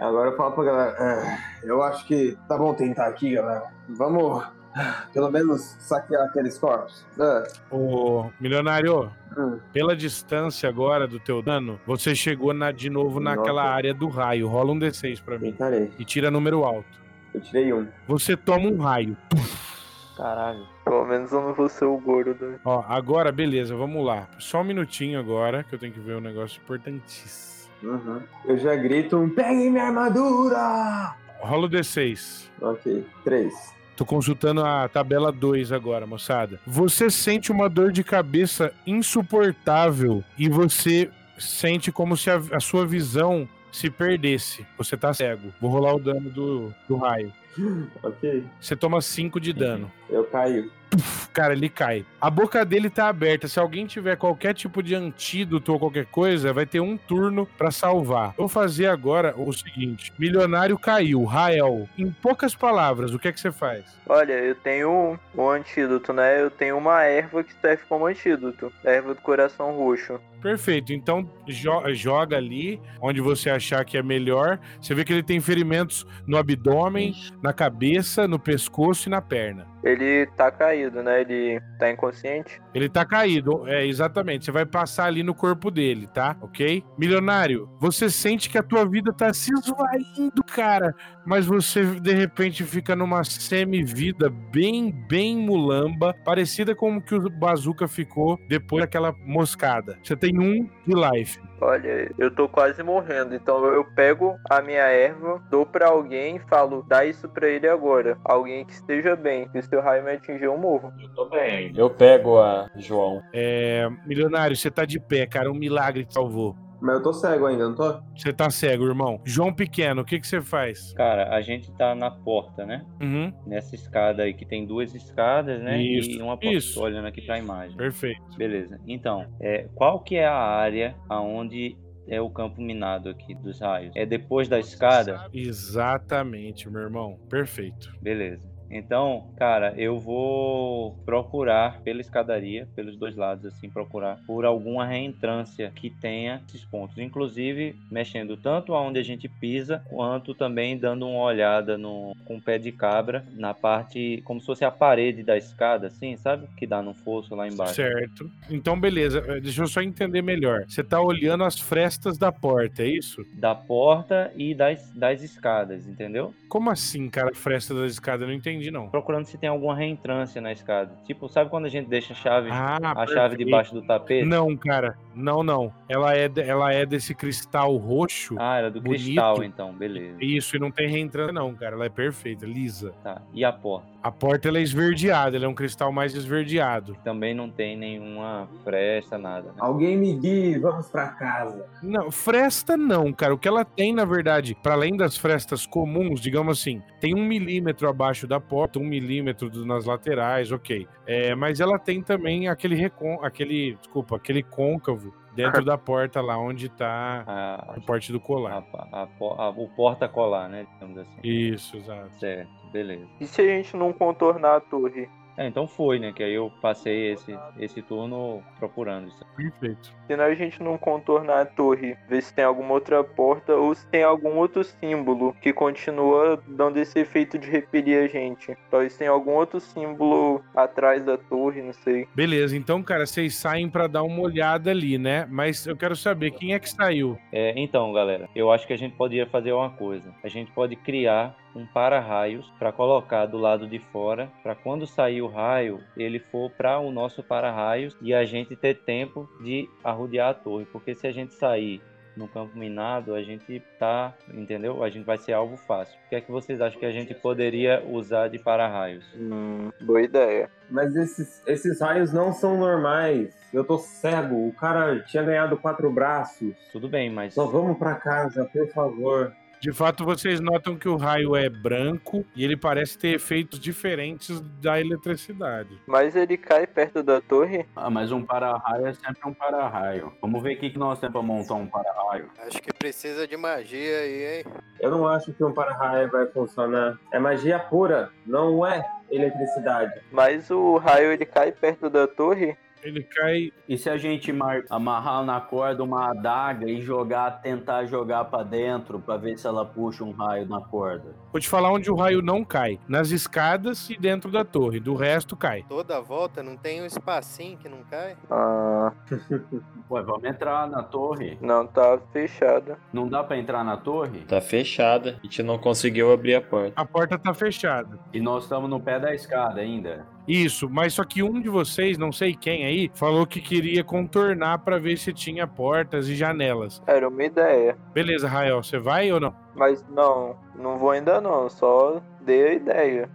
Speaker 7: Agora eu falo pra galera, "É, eu acho que tá bom tentar aqui, galera. Vamos, ah, pelo menos, saquear aqueles corpos. Ah,
Speaker 1: Ô, milionário,
Speaker 7: Hum.
Speaker 1: pela distância agora do teu dano, você chegou na- de novo naquela
Speaker 7: Nossa.
Speaker 1: área do raio. Rola um D6 pra mim.
Speaker 7: tentarei.
Speaker 1: E tira número alto.
Speaker 7: Eu tirei um.
Speaker 1: Você toma um raio.
Speaker 6: Caralho.
Speaker 2: Pelo menos eu não vou ser o Goro, né?
Speaker 1: Ó, agora, beleza, vamos lá. Só um minutinho agora, que eu tenho que ver um negócio importantíssimo.
Speaker 7: Uhum. Eu já grito um, peguem minha armadura!
Speaker 1: Rola o D6.
Speaker 7: Ok, três.
Speaker 1: Tô consultando a tabela 2 agora, moçada. Você sente uma dor de cabeça insuportável e você sente como se a, a sua visão se perdesse. Você tá cego. Vou rolar o dano do, do raio.
Speaker 7: Ok,
Speaker 1: Você toma 5 de dano.
Speaker 7: eu caio.
Speaker 1: Cara, ele cai. A boca dele tá aberta. Se alguém tiver qualquer tipo de antídoto ou qualquer coisa, vai ter um turno pra salvar. Vou fazer agora o seguinte: Milionário caiu. Rael, em poucas palavras, o que é que você faz?
Speaker 2: Olha, eu tenho um, um antídoto, né? Eu tenho uma erva que serve como antídoto. A erva do coração roxo.
Speaker 1: Perfeito. Então jo- joga ali onde você achar que é melhor. Você vê que ele tem ferimentos no abdômen, na cabeça, no pescoço e na perna.
Speaker 2: Ele tá caído, né? Ele tá inconsciente.
Speaker 1: Ele tá caído, é exatamente. Você vai passar ali no corpo dele, tá? Ok? Milionário, você sente que a tua vida tá se esvaindo, cara. Mas você de repente fica numa semi-vida bem, bem mulamba, parecida com o que o Bazuca ficou depois daquela moscada. Você tem um de life.
Speaker 2: Olha, eu tô quase morrendo. Então eu pego a minha erva, dou pra alguém e falo, dá isso pra ele agora. Alguém que esteja bem. Que se o raio me atingir, eu morro.
Speaker 5: Eu tô bem. Eu pego a João.
Speaker 1: É, Milionário, você tá de pé, cara. Um milagre te salvou.
Speaker 7: Mas eu tô cego ainda, não tô?
Speaker 1: Você tá cego, irmão. João Pequeno, o que que você faz?
Speaker 6: Cara, a gente tá na porta, né?
Speaker 1: Uhum.
Speaker 6: Nessa escada aí, que tem duas escadas, né?
Speaker 1: Isso,
Speaker 6: e uma porta.
Speaker 1: isso.
Speaker 6: Tô olhando aqui pra imagem.
Speaker 1: Perfeito.
Speaker 6: Beleza. Então, é, qual que é a área aonde é o campo minado aqui dos raios? É depois da escada?
Speaker 1: Exatamente, meu irmão. Perfeito.
Speaker 6: Beleza. Então, cara, eu vou procurar pela escadaria, pelos dois lados, assim, procurar por alguma reentrância que tenha esses pontos. Inclusive, mexendo tanto aonde a gente pisa, quanto também dando uma olhada no, com o pé de cabra na parte, como se fosse a parede da escada, assim, sabe? Que dá no fosso lá embaixo.
Speaker 1: Certo. Então, beleza. Eh, Deixa eu só entender melhor. Você tá olhando as frestas da porta, é isso?
Speaker 6: da porta e das, das escadas, entendeu?
Speaker 1: Como assim, cara, fresta da escada? Eu não entendi, não.
Speaker 6: Procurando se tem alguma reentrância na escada. Tipo, sabe quando a gente deixa a chave,
Speaker 1: Ah,
Speaker 6: a chave é
Speaker 1: perfeito.
Speaker 6: debaixo do tapete?
Speaker 1: Não, cara. Não, não. Ela é, de- ela é desse cristal roxo.
Speaker 6: Ah, era do
Speaker 1: Bonito.
Speaker 6: cristal, então, beleza.
Speaker 1: Isso, e não tem reentrada, não, cara. Ela é perfeita, lisa.
Speaker 6: Tá. E a porta?
Speaker 1: A porta ela é esverdeada, ela é um cristal mais esverdeado.
Speaker 6: Também não tem nenhuma fresta, nada. Né?
Speaker 7: Alguém me guie, vamos pra casa.
Speaker 1: Não, fresta não, cara. O que ela tem, na verdade, para além das frestas comuns, digamos assim, tem um milímetro abaixo da porta, um milímetro do- nas laterais, ok. É, mas ela tem também aquele recon, aquele, desculpa, aquele côncavo dentro da porta lá onde tá
Speaker 6: A,
Speaker 1: a parte do
Speaker 6: a,
Speaker 1: colar.
Speaker 6: a- a- o porta-colar, né? Digamos assim.
Speaker 1: Isso, exato.
Speaker 6: Certo, beleza.
Speaker 2: E se a gente não contornar a torre?
Speaker 6: É, então foi, né? Que aí eu passei esse, esse turno procurando isso.
Speaker 1: Perfeito.
Speaker 2: Se não a gente não contornar a torre, ver se tem alguma outra porta ou se tem algum outro símbolo que continua dando esse efeito de repelir a gente. Talvez tenha algum outro símbolo atrás da torre, não sei.
Speaker 1: Beleza, então, cara, vocês saem para dar uma olhada ali, né? Mas eu quero saber quem é que saiu.
Speaker 6: É, então, galera, eu acho que a gente poderia fazer uma coisa. A gente pode criar um para-raios para colocar do lado de fora, para quando sair o raio, ele for para o nosso para-raios e a gente ter tempo de arrodear a torre, porque se a gente sair no campo minado, a gente tá, entendeu? A gente vai ser alvo fácil. O que é que vocês acham que a gente poderia usar de para-raios?
Speaker 2: Hum, boa ideia.
Speaker 7: Mas esses, esses raios não são normais. Eu tô cego. O cara tinha ganhado quatro braços.
Speaker 6: Tudo bem, mas
Speaker 7: Só vamos pra casa, por favor.
Speaker 1: De fato, vocês notam que o raio é branco e ele parece ter efeitos diferentes da eletricidade.
Speaker 2: Mas ele cai perto da torre?
Speaker 8: Ah, mas um para-raio é sempre um para-raio. Vamos ver o que, que nós temos pra montar um para-raio.
Speaker 4: Acho que precisa de magia aí, hein?
Speaker 7: Eu não acho que um para-raio vai funcionar. É magia pura, não é eletricidade.
Speaker 2: Mas o raio ele cai perto da torre?
Speaker 1: Ele cai.
Speaker 8: E se a gente mar- amarrar na corda uma adaga e jogar, tentar jogar pra dentro pra ver se ela puxa um raio na corda?
Speaker 1: Vou te falar onde o raio não cai: nas escadas e dentro da torre. Do resto, cai.
Speaker 4: Toda volta não tem um espacinho que não cai?
Speaker 2: Ah,
Speaker 8: Ué, vamos entrar na torre.
Speaker 2: não, tá fechada.
Speaker 8: Não dá pra entrar na torre?
Speaker 5: Tá fechada. A gente não conseguiu abrir a porta.
Speaker 1: A porta tá fechada.
Speaker 8: E nós estamos no pé da escada ainda.
Speaker 1: Isso, mas só que um de vocês, não sei quem aí, falou que queria contornar pra ver se tinha portas e janelas.
Speaker 2: Era uma ideia.
Speaker 1: Beleza, Rael, você vai ou não?
Speaker 2: Mas não, não vou ainda não, só dei a ideia.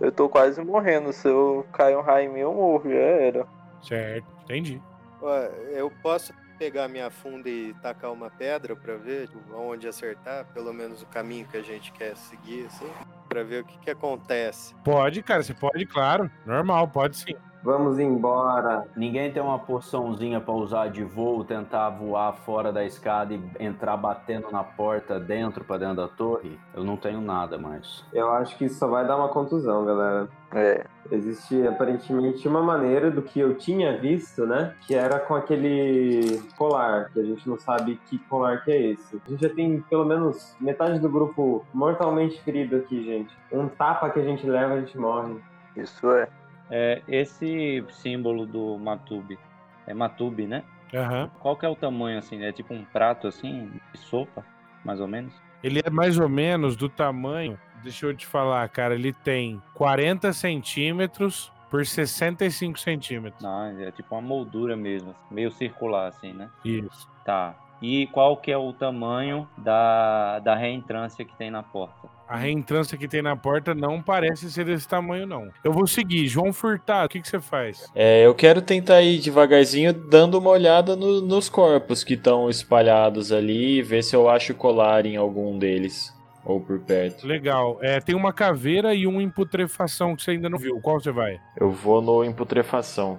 Speaker 2: Eu tô quase morrendo, se eu cair um raio em mim eu morro, já era.
Speaker 1: Certo, entendi.
Speaker 4: Ó, eu posso pegar minha funda e tacar uma pedra pra ver tipo, onde acertar, pelo menos o caminho que a gente quer seguir, assim, pra ver o que, que acontece.
Speaker 1: Pode, cara, você pode, claro. Normal, pode sim.
Speaker 7: Vamos embora.
Speaker 8: Ninguém tem uma porçãozinha pra usar de voo, tentar voar fora da escada e entrar batendo na porta dentro pra dentro da torre? Eu não tenho nada mais.
Speaker 7: Eu acho que isso só vai dar uma contusão, galera.
Speaker 2: É.
Speaker 7: Existe aparentemente uma maneira do que eu tinha visto, né? Que era com aquele colar, que a gente não sabe que colar que é esse. A gente já tem pelo menos metade do grupo mortalmente ferido aqui, gente. Um tapa que a gente leva, a gente morre.
Speaker 2: Isso é.
Speaker 6: é, esse símbolo do Matube, é Matube, né?
Speaker 1: Aham.
Speaker 6: Qual que é o tamanho assim? É tipo um prato assim, de sopa, mais ou menos?
Speaker 1: Ele é mais ou menos do tamanho. Deixa eu te falar, cara. Ele tem 40 centímetros por 65 centímetros.
Speaker 6: Não, é tipo uma moldura mesmo, assim, meio circular assim, né?
Speaker 1: Isso.
Speaker 6: Tá. E qual que é o tamanho da, da reentrância que tem na porta?
Speaker 1: A reentrância que tem na porta não parece ser desse tamanho, não. Eu vou seguir. João Furtado, o que, que você faz?
Speaker 5: É, eu quero tentar ir devagarzinho dando uma olhada no- nos corpos que estão espalhados ali e ver se eu acho colar em algum deles. Ou por perto.
Speaker 1: Legal. É, tem uma caveira e um em putrefação que você ainda não viu. Qual você vai?
Speaker 5: Eu vou no imputrefação.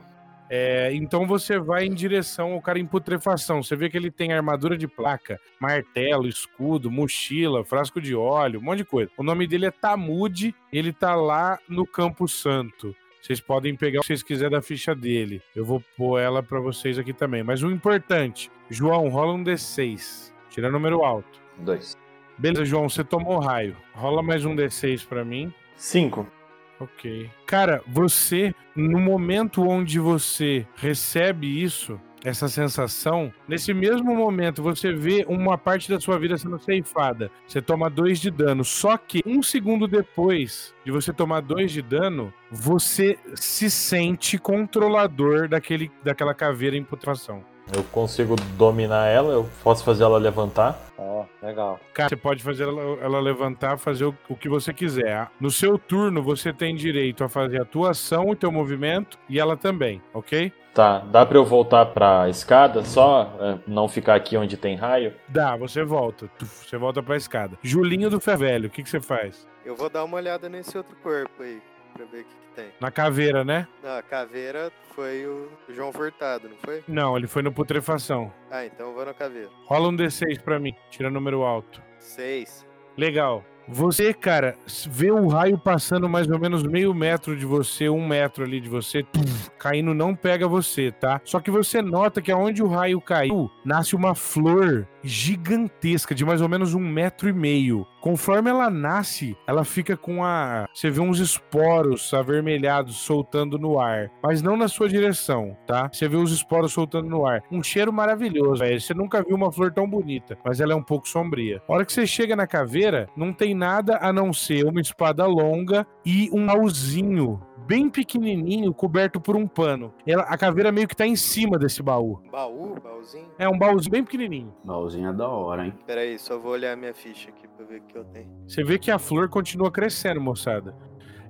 Speaker 1: É, então você vai em direção ao cara em putrefação. Você vê que ele tem armadura de placa, martelo, escudo, mochila, frasco de óleo, um monte de coisa. O nome dele é Tamude, ele tá lá no Campo Santo. Vocês podem pegar o que vocês quiserem da ficha dele. Eu vou pôr ela pra vocês aqui também. Mas o importante, João, rola um D6. Tira número alto.
Speaker 8: Dois.
Speaker 1: Beleza, João, você tomou raio. Rola mais um D6 pra mim.
Speaker 5: Cinco.
Speaker 1: Ok. Cara, você, no momento onde você recebe isso, essa sensação, nesse mesmo momento você vê uma parte da sua vida sendo ceifada. Você toma dois de dano. Só que um segundo depois de você tomar dois de dano, você se sente controlador daquele, daquela caveira em putrefação.
Speaker 5: Eu consigo dominar ela, eu posso fazer ela levantar.
Speaker 6: Ó, legal.
Speaker 1: Cara, você pode fazer ela, ela levantar, fazer o, o que você quiser. No seu turno, você tem direito a fazer a tua ação, o teu movimento e ela também, ok?
Speaker 5: Tá, dá pra eu voltar pra escada só? É, Não ficar aqui onde tem raio?
Speaker 1: Dá, você volta. Tuf, Você volta pra escada. Julinho do Ferro Velho, o que, que você faz?
Speaker 4: Eu vou dar uma olhada nesse outro corpo aí, pra ver o que, que tem.
Speaker 1: Na caveira, né?
Speaker 4: Não, a caveira foi o João Furtado, não foi?
Speaker 1: Não, ele foi no putrefação.
Speaker 4: Ah, então eu vou na caveira.
Speaker 1: Rola um D6 pra mim. Tira número alto.
Speaker 4: Seis.
Speaker 1: Legal. Você, cara, s- vê o raio passando mais ou menos meio metro de você, um metro ali de você, tuf, caindo não pega você, tá? Só que você nota que aonde o raio caiu, nasce uma flor gigantesca, de mais ou menos um metro e meio. Conforme ela nasce, ela fica com a. Você vê uns esporos avermelhados soltando no ar, mas não na sua direção, tá? Você vê os esporos soltando no ar. Um cheiro maravilhoso, velho. Você nunca viu uma flor tão bonita, mas ela é um pouco sombria. A hora que você chega na caveira, não tem nada a não ser uma espada longa e um baúzinho bem pequenininho coberto por um pano. Ela- a caveira meio que tá em cima desse baú.
Speaker 4: Baú? Baúzinho?
Speaker 1: É um baúzinho bem pequenininho.
Speaker 8: Baúzinho é da hora, hein?
Speaker 4: Pera aí, só vou olhar minha ficha aqui pra ver o que eu tenho.
Speaker 1: Você vê que a flor continua crescendo, moçada.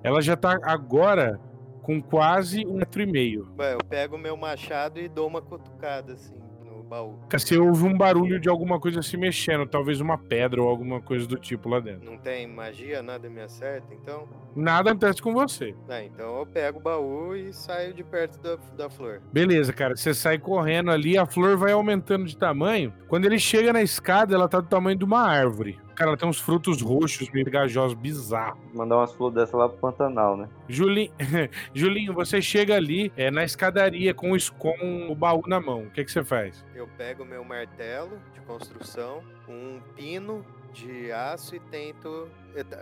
Speaker 1: Ela já tá agora com quase um metro e meio.
Speaker 4: Ué, eu pego meu machado e dou uma cutucada, assim, no baú.
Speaker 1: Você ouve um barulho de alguma coisa se mexendo, talvez uma pedra ou alguma coisa do tipo lá dentro.
Speaker 4: Não tem magia, nada me acerta, então?
Speaker 1: Nada acontece com você.
Speaker 4: Ah, então eu pego o baú e saio de perto da, da flor.
Speaker 1: Beleza, cara. Você sai correndo ali, a flor vai aumentando de tamanho. Quando ele chega na escada, ela tá do tamanho de uma árvore. Cara, ela tem uns frutos roxos, meio pegajosos, bizarro.
Speaker 6: Mandar umas flores dessa lá pro Pantanal, né?
Speaker 1: Julinho, Julinho, você chega ali é, na escadaria com o, es- com o baú na mão. O que, que você faz?
Speaker 4: Eu pego meu martelo de construção, um pino de aço e tento.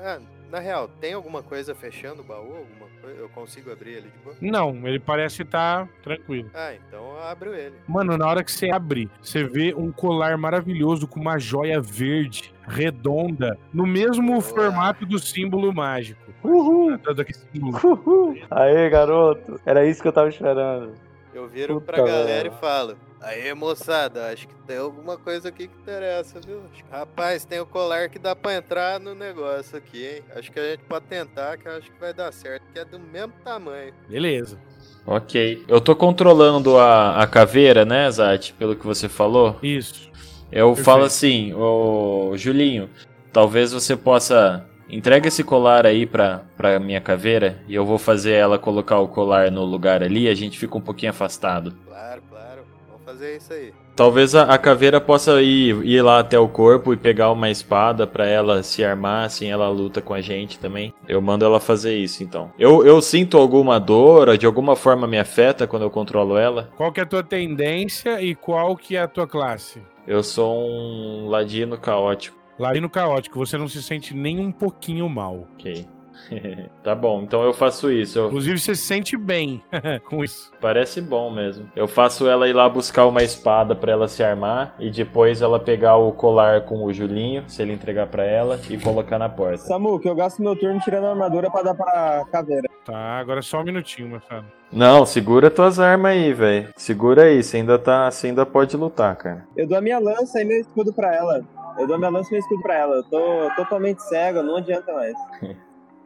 Speaker 4: Ah, na real, tem alguma coisa fechando o baú? Alguma coisa? Eu consigo abrir ele de boa?
Speaker 1: Não, ele parece estar tranquilo.
Speaker 4: Ah, então eu abro ele.
Speaker 1: Mano, na hora que você abre, você vê um colar maravilhoso com uma joia verde, redonda, no mesmo
Speaker 4: Boa.
Speaker 1: formato do símbolo mágico.
Speaker 6: Uhul!
Speaker 1: Todo aquele símbolo.
Speaker 6: Uhul! Aê, garoto! Era isso que eu tava esperando.
Speaker 4: Eu viro
Speaker 6: Puta
Speaker 4: pra galera
Speaker 6: merda.
Speaker 4: e falo. Aê, moçada, acho que tem alguma coisa aqui que interessa, viu? Acho que- Rapaz, tem o colar que dá pra entrar no negócio aqui, hein? Acho que a gente pode tentar, que eu acho que vai dar certo, que é do mesmo tamanho.
Speaker 1: Beleza.
Speaker 5: Ok. Eu tô controlando a, a caveira, né, Zat? Pelo que você falou.
Speaker 1: Isso.
Speaker 5: Eu
Speaker 1: Perfeito.
Speaker 5: falo assim, ô Julinho, talvez você possa. Entrega esse colar aí pra, pra minha caveira e eu vou fazer ela colocar o colar no lugar ali a gente fica um pouquinho afastado.
Speaker 4: Claro, claro. Vamos fazer isso aí.
Speaker 5: Talvez a, a caveira possa ir, ir lá até o corpo e pegar uma espada pra ela se armar, assim ela luta com a gente também. Eu mando ela fazer isso então. Eu, eu sinto alguma dor, de alguma forma me afeta quando eu controlo ela.
Speaker 1: Qual que é a tua tendência e qual que é a tua classe?
Speaker 5: Eu sou um ladino caótico.
Speaker 1: Ladino caótico, você não se sente nem um pouquinho mal.
Speaker 5: Ok. tá bom, então eu faço isso. Eu-
Speaker 1: Inclusive, você se sente bem com isso.
Speaker 5: Parece bom mesmo. Eu faço ela ir lá buscar uma espada pra ela se armar e depois ela pegar o colar com o Julinho, se ele entregar pra ela, e colocar na porta.
Speaker 7: Samu, que eu gasto meu turno tirando a armadura pra dar pra caveira.
Speaker 1: Tá, agora só um minutinho, meu cara.
Speaker 5: Não, segura tuas armas aí, velho. Segura aí, você ainda tá. Você ainda pode lutar, cara.
Speaker 7: Eu dou a minha lança e meu escudo pra ela. Eu dou minha lança e meu escudo pra ela. Eu tô totalmente cego, não adianta mais.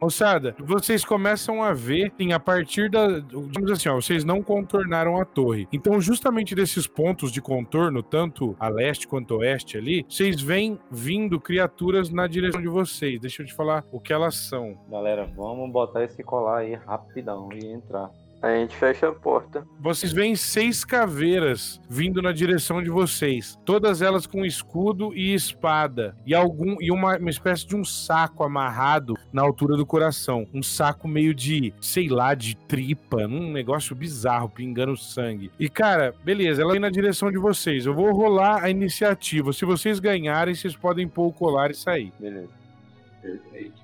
Speaker 1: Moçada, vocês começam a ver em a partir da. Digamos assim, ó, vocês não contornaram a torre. Então, justamente desses pontos de contorno, tanto a leste quanto a oeste ali, vocês vêm vindo criaturas na direção de vocês. Deixa eu te falar o que elas são.
Speaker 6: Galera, vamos botar esse colar aí rapidão e entrar.
Speaker 2: A gente fecha a porta.
Speaker 1: Vocês veem seis caveiras vindo na direção de vocês, todas elas com escudo e espada, e algum e uma, uma espécie de um saco amarrado na altura do coração, um saco meio de, sei lá, de tripa, um negócio bizarro pingando sangue. E cara, beleza, ela vem na direção de vocês. Eu vou rolar a iniciativa. Se vocês ganharem, vocês podem pôr o colar e sair.
Speaker 6: Beleza.
Speaker 8: Perfeito.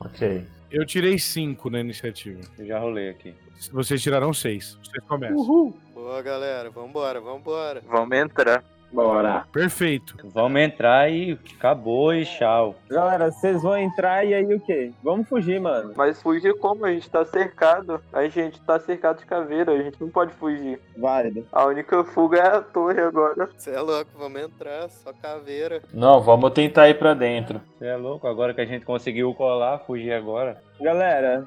Speaker 5: Ok.
Speaker 1: Eu tirei cinco na iniciativa.
Speaker 6: Eu já rolei aqui.
Speaker 1: Vocês tiraram seis. Vocês começam.
Speaker 4: Boa, galera. Vambora, vambora.
Speaker 2: Vamos entrar.
Speaker 8: Bora.
Speaker 1: Perfeito.
Speaker 6: Vamos entrar e acabou e tchau.
Speaker 7: Galera, vocês vão entrar e aí o quê? Vamos fugir, mano.
Speaker 2: Mas fugir como? A gente tá cercado. A gente tá cercado de caveira. A gente não pode fugir.
Speaker 7: Válido.
Speaker 2: A única fuga é a torre agora.
Speaker 4: Você é louco, vamos entrar. Só caveira.
Speaker 5: Não, vamos tentar ir pra dentro.
Speaker 6: Você é louco? Agora que a gente conseguiu colar, fugir agora.
Speaker 7: Galera,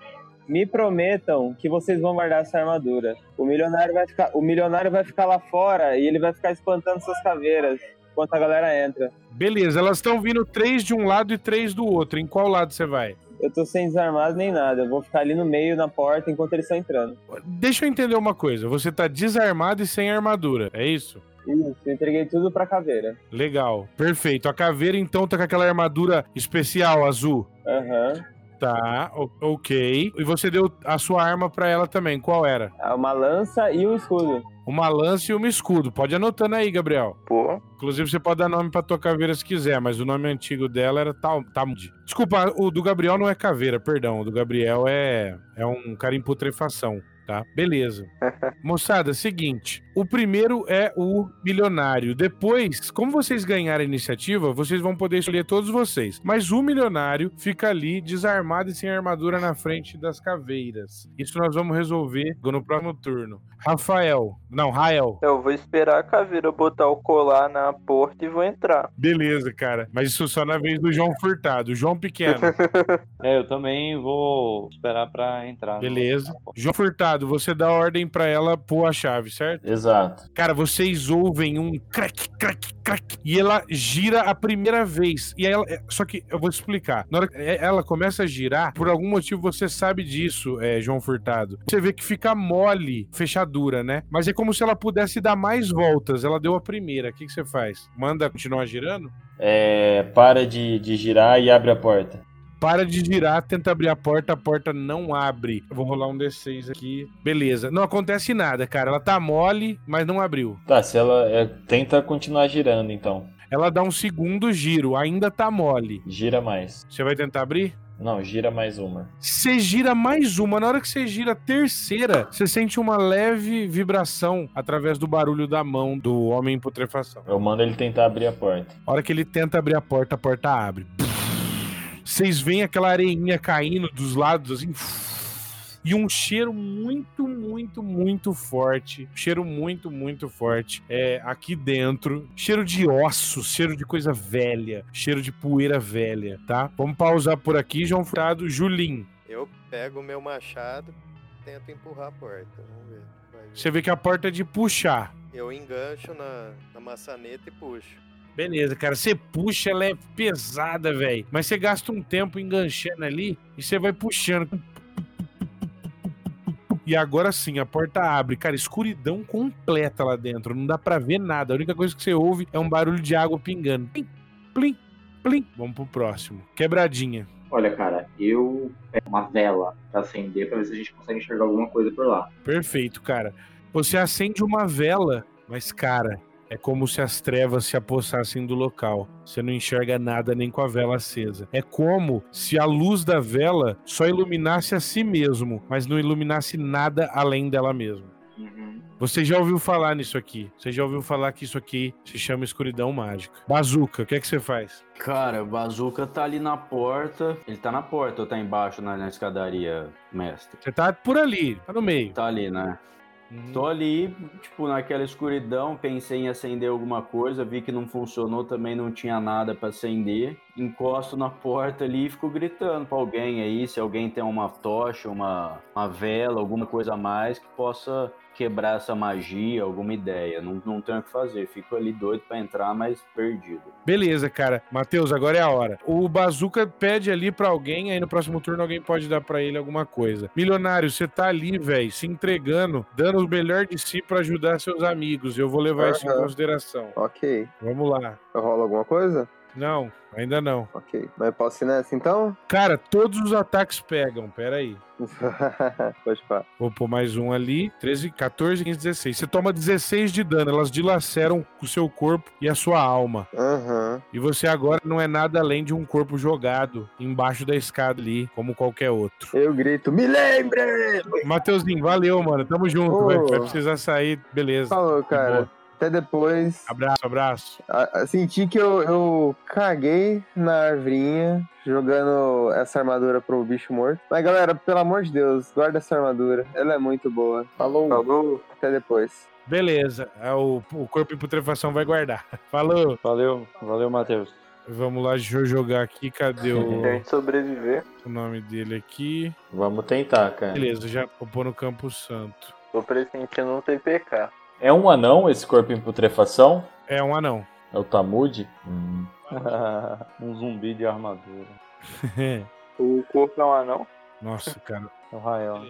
Speaker 7: me prometam que vocês vão guardar essa armadura. O milionário vai ficar, o milionário vai ficar lá fora e ele vai ficar espantando essas caveiras enquanto a galera entra.
Speaker 1: Beleza, elas estão vindo três de um lado e três do outro. Em qual lado você vai?
Speaker 7: Eu tô sem desarmado nem nada. Eu vou ficar ali no meio, na porta, enquanto eles estão entrando.
Speaker 1: Deixa eu entender uma coisa. Você tá desarmado e sem armadura, é isso?
Speaker 7: Isso, eu entreguei tudo pra caveira.
Speaker 1: Legal, perfeito. A caveira então tá com aquela armadura especial azul.
Speaker 7: Aham.
Speaker 1: Tá, o- ok. E você deu a sua arma pra ela também. Qual era?
Speaker 7: Ah, Uma lança e um escudo.
Speaker 1: Uma lança e um escudo. Pode anotando aí, Gabriel.
Speaker 2: Pô.
Speaker 1: Inclusive, você pode dar nome pra tua caveira se quiser, mas o nome antigo dela era Tal- Tamud. Desculpa, o do Gabriel não é caveira, perdão. O do Gabriel é, é um cara em putrefação, tá? Beleza. Moçada, seguinte. O primeiro é o milionário. Depois, como vocês ganharem a iniciativa, vocês vão poder escolher todos vocês. Mas o milionário fica ali desarmado e sem armadura na frente das caveiras. Isso nós vamos resolver no próximo turno. Rafael. Não, Rael.
Speaker 2: Eu vou esperar a caveira botar o colar na porta e vou entrar.
Speaker 1: Beleza, cara. Mas isso só na vez do João Furtado. João Pequeno.
Speaker 6: É, eu também vou esperar pra entrar.
Speaker 1: Beleza. João Furtado, você dá ordem pra ela pôr a chave, certo?
Speaker 5: Exato.
Speaker 1: Cara, vocês ouvem um crack, crack, crack. E ela gira a primeira vez. E aí ela. é, Só que eu vou explicar. Na hora que é- ela começa a girar, por algum motivo você sabe disso, é, João Furtado. Você vê que fica mole a fechadura, né? Mas é como se ela pudesse dar mais voltas. Ela deu a primeira. O que, que você faz? Manda continuar girando?
Speaker 5: É, para de, de girar e abre a porta.
Speaker 1: Para de girar, tenta abrir a porta, a porta não abre. Eu vou rolar um D6 aqui. Beleza. Não acontece nada, cara. Ela tá mole, mas não abriu.
Speaker 5: Tá, se ela. é, tenta continuar girando então.
Speaker 1: Ela dá um segundo giro, ainda tá mole.
Speaker 5: Gira mais.
Speaker 1: Você vai tentar abrir?
Speaker 5: Não, gira mais uma.
Speaker 1: Você gira mais uma. Na hora que você gira a terceira, você sente uma leve vibração através do barulho da mão do homem em putrefação.
Speaker 5: Eu mando ele tentar abrir a porta.
Speaker 1: A hora que ele tenta abrir a porta, a porta abre. Vocês veem aquela areinha caindo dos lados, assim. E um cheiro muito, muito, muito forte. um Cheiro muito, muito forte. É aqui dentro. Cheiro de osso, cheiro de coisa velha. Cheiro de poeira velha, tá? Vamos pausar por aqui, João Furado. Julim.
Speaker 4: Eu pego o meu machado, tento empurrar a porta. Vamos ver. Vai ver.
Speaker 1: Você vê que a porta é de puxar.
Speaker 4: Eu engancho na, na maçaneta e puxo.
Speaker 1: Beleza, cara. Você puxa, ela é pesada, velho. Mas você gasta um tempo enganchando ali e você vai puxando. E agora sim, a porta abre. Cara, escuridão completa lá dentro. Não dá pra ver nada. A única coisa que você ouve é um barulho de água pingando. Plim, plim, plim. Vamos pro próximo. Quebradinha.
Speaker 9: Olha, cara, eu pego uma vela pra acender pra ver se a gente consegue enxergar alguma coisa por lá.
Speaker 1: Perfeito, cara. Você acende uma vela, mas, cara, é como se as trevas se apossassem do local. Você não enxerga nada nem com a vela acesa. É como se a luz da vela só iluminasse a si mesmo, mas não iluminasse nada além dela mesma.
Speaker 7: Uhum.
Speaker 1: Você já ouviu falar nisso aqui? Você já ouviu falar que isso aqui se chama escuridão mágica? Bazuca, o que é que você faz?
Speaker 8: Cara, o Bazuca tá ali na porta. Ele tá na porta ou tá embaixo na, na escadaria, mestre?
Speaker 1: Você tá por ali, tá no meio.
Speaker 8: Tá ali, né? Tô ali, tipo, naquela escuridão, pensei em acender alguma coisa, vi que não funcionou, também não tinha nada pra acender. Encosto na porta ali e fico gritando pra alguém aí, se alguém tem uma tocha, uma, uma vela, alguma coisa a mais que possa quebrar essa magia, alguma ideia. Não, não tenho o que fazer, fico ali doido pra entrar, mas perdido.
Speaker 1: Beleza, cara. Matheus, agora é a hora. O Bazuca pede ali pra alguém, aí no próximo turno alguém pode dar pra ele alguma coisa. Milionário, você tá ali, velho, se entregando, dando o melhor de si pra ajudar seus amigos. Eu vou levar isso em
Speaker 7: Aham.
Speaker 1: consideração.
Speaker 7: Ok.
Speaker 1: Vamos lá.
Speaker 7: Eu rolo alguma coisa?
Speaker 1: Não, ainda não.
Speaker 7: Ok. Mas posso ir nessa então?
Speaker 1: Cara, todos os ataques pegam. Pera aí.
Speaker 7: Pode pá.
Speaker 1: Vou pôr mais um ali. 13, 14, 15, 16. Você toma 16 de dano. Elas dilaceram o seu corpo e a sua alma.
Speaker 7: Aham.
Speaker 1: E você agora não é nada além de um corpo jogado embaixo da escada ali, como qualquer outro.
Speaker 7: Eu grito, me lembre!
Speaker 1: Mateuzinho, valeu, mano. Tamo junto.
Speaker 7: Ô.
Speaker 1: Vai, vai precisar sair. Beleza.
Speaker 7: Falou,
Speaker 1: boa.
Speaker 7: cara. Até depois.
Speaker 1: Abraço, abraço.
Speaker 7: A- a- Senti que eu, eu caguei na arvrinha jogando essa armadura pro bicho morto. Mas galera, pelo amor de Deus, guarda essa armadura. Ela é muito boa.
Speaker 3: Falou.
Speaker 2: Falou.
Speaker 7: Até depois.
Speaker 1: Beleza. É, O, o corpo em putrefação vai guardar. Falou.
Speaker 6: Valeu, valeu, Matheus.
Speaker 1: Vamos lá, deixa eu jogar aqui. Cadê o,
Speaker 2: Tem que sobreviver.
Speaker 1: o nome dele aqui?
Speaker 5: Vamos tentar, cara.
Speaker 1: Beleza, já vou pôr no Campo Santo.
Speaker 2: Tô pressentindo um TPK.
Speaker 5: É um anão esse corpo em putrefação?
Speaker 1: É um anão.
Speaker 5: É o Tamude? Hum.
Speaker 6: um zumbi de armadura.
Speaker 2: O corpo é um anão.
Speaker 1: Nossa, cara.
Speaker 6: É o Rael.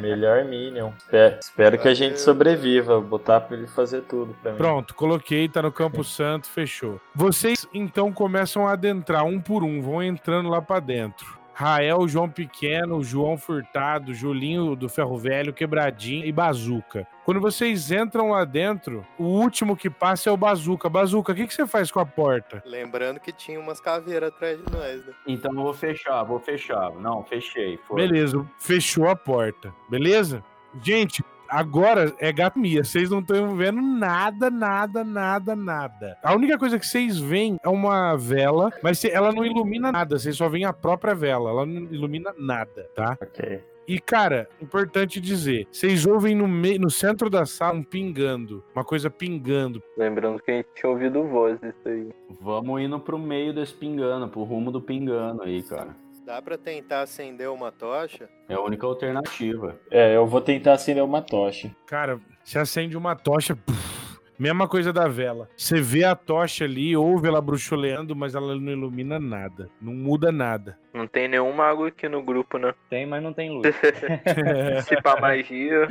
Speaker 5: Melhor Minion. Espero, espero que a gente sobreviva. Vou botar pra ele fazer tudo pra mim.
Speaker 1: Pronto, coloquei, tá no Campo Santo, fechou. Vocês então começam a adentrar um por um, vão entrando lá pra dentro. Rael, João Pequeno, João Furtado, Julinho do Ferro Velho, Quebradinho e Bazuca. Quando vocês entram lá dentro, o último que passa é o Bazuca. Bazuca, o que, que você faz com a porta?
Speaker 4: Lembrando que tinha umas caveiras atrás de nós, né?
Speaker 8: Então eu vou fechar, vou fechar. Não, fechei. Foi.
Speaker 1: Beleza, fechou a porta, beleza? Gente, agora é gato mia. Vocês não estão vendo nada, nada, nada, nada. A única coisa que vocês veem é uma vela, mas cê- ela não ilumina nada. Vocês só veem a própria vela. Ela não ilumina nada, tá?
Speaker 5: Ok.
Speaker 1: E, cara, importante dizer: vocês ouvem no, meio, no centro da sala um pingando. Uma coisa pingando.
Speaker 2: Lembrando que a gente tinha ouvido voz disso aí.
Speaker 8: Vamos indo pro meio desse pingano, pro rumo do pingano aí, cara.
Speaker 4: Dá pra tentar acender uma tocha?
Speaker 8: É a única alternativa.
Speaker 5: É, eu vou tentar acender uma tocha.
Speaker 1: Cara, se acende uma tocha. puf, mesma coisa da vela. Você vê a tocha ali, ouve ela bruxuleando, mas ela não ilumina nada. Não muda nada.
Speaker 2: Não tem nenhum mago aqui no grupo, né?
Speaker 6: Tem, mas não tem luz.
Speaker 2: Se pá magia,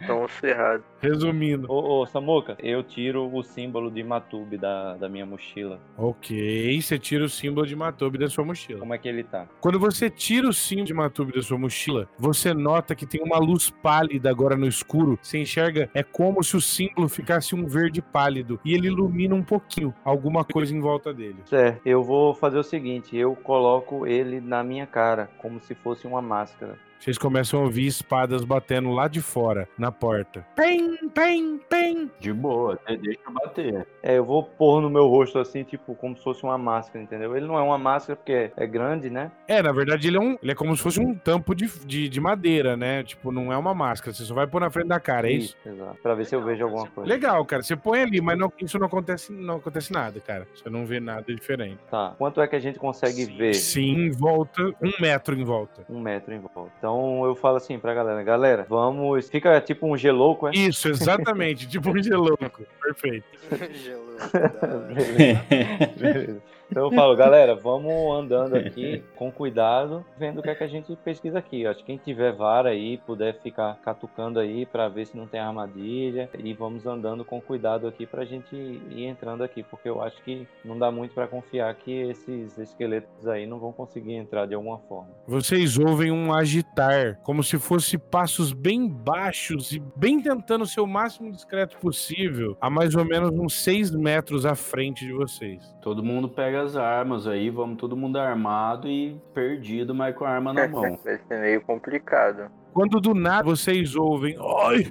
Speaker 2: estão ferrados.
Speaker 1: Resumindo.
Speaker 6: ô, ô, Samuca, eu tiro o símbolo de Matube da, da minha mochila.
Speaker 1: Ok, você tira o símbolo de Matube da sua mochila.
Speaker 6: Como é que ele tá?
Speaker 1: Quando você tira o símbolo de Matube da sua mochila, você nota que tem uma luz pálida agora no escuro. Você enxerga, é como se o símbolo ficasse um verde pálido e ele ilumina um pouquinho alguma coisa em volta dele.
Speaker 6: Certo, eu vou fazer o seguinte, eu coloco ele na minha cara, como se fosse uma máscara.
Speaker 1: Vocês começam a ouvir espadas batendo lá de fora, na porta. Pem, pem, pem.
Speaker 8: De boa, até deixa eu bater.
Speaker 6: É, eu vou pôr no meu rosto assim, tipo, como se fosse uma máscara, entendeu? Ele não é uma máscara porque é- é grande, né?
Speaker 1: É, na verdade, ele é, um, ele é como se fosse um tampo de, de, de madeira, né? Tipo, não é uma máscara. Você só vai pôr na frente da cara, é isso?
Speaker 6: exato. Pra ver se eu vejo alguma coisa.
Speaker 1: Legal, cara. Você põe ali, mas não- isso não acontece, não acontece nada, cara. Você não vê nada diferente.
Speaker 6: Tá. Quanto é que a gente consegue ver?
Speaker 1: Sim, em volta, um metro em volta.
Speaker 6: Um metro em volta. Então eu falo assim pra galera, galera, vamos. Fica tipo um gelouco, é?
Speaker 1: Isso, exatamente. tipo um gelouco. Perfeito.
Speaker 4: Gelo. da hora.
Speaker 6: Beleza. Então eu falo, galera, vamos andando aqui com cuidado, vendo o que é que a gente pesquisa aqui. Acho que quem tiver vara aí, puder ficar catucando aí pra ver se não tem armadilha. E vamos andando com cuidado aqui pra gente ir entrando aqui, porque eu acho que não dá muito pra confiar que esses esqueletos aí não vão conseguir entrar de alguma forma.
Speaker 1: Vocês ouvem um agitar, como se fosse passos bem baixos e bem tentando ser o máximo discreto possível, a mais ou menos uns seis metros à frente de vocês.
Speaker 8: Todo mundo pega as armas aí, vamos todo mundo armado e perdido, mas com a arma na mão.
Speaker 2: Vai ser meio complicado.
Speaker 1: Quando do nada vocês ouvem: Oi,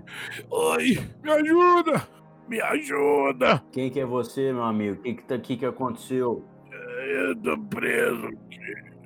Speaker 1: oi, me ajuda, me ajuda.
Speaker 8: Quem que é você, meu amigo? O que que, tá- que que aconteceu?
Speaker 1: Eu tô preso.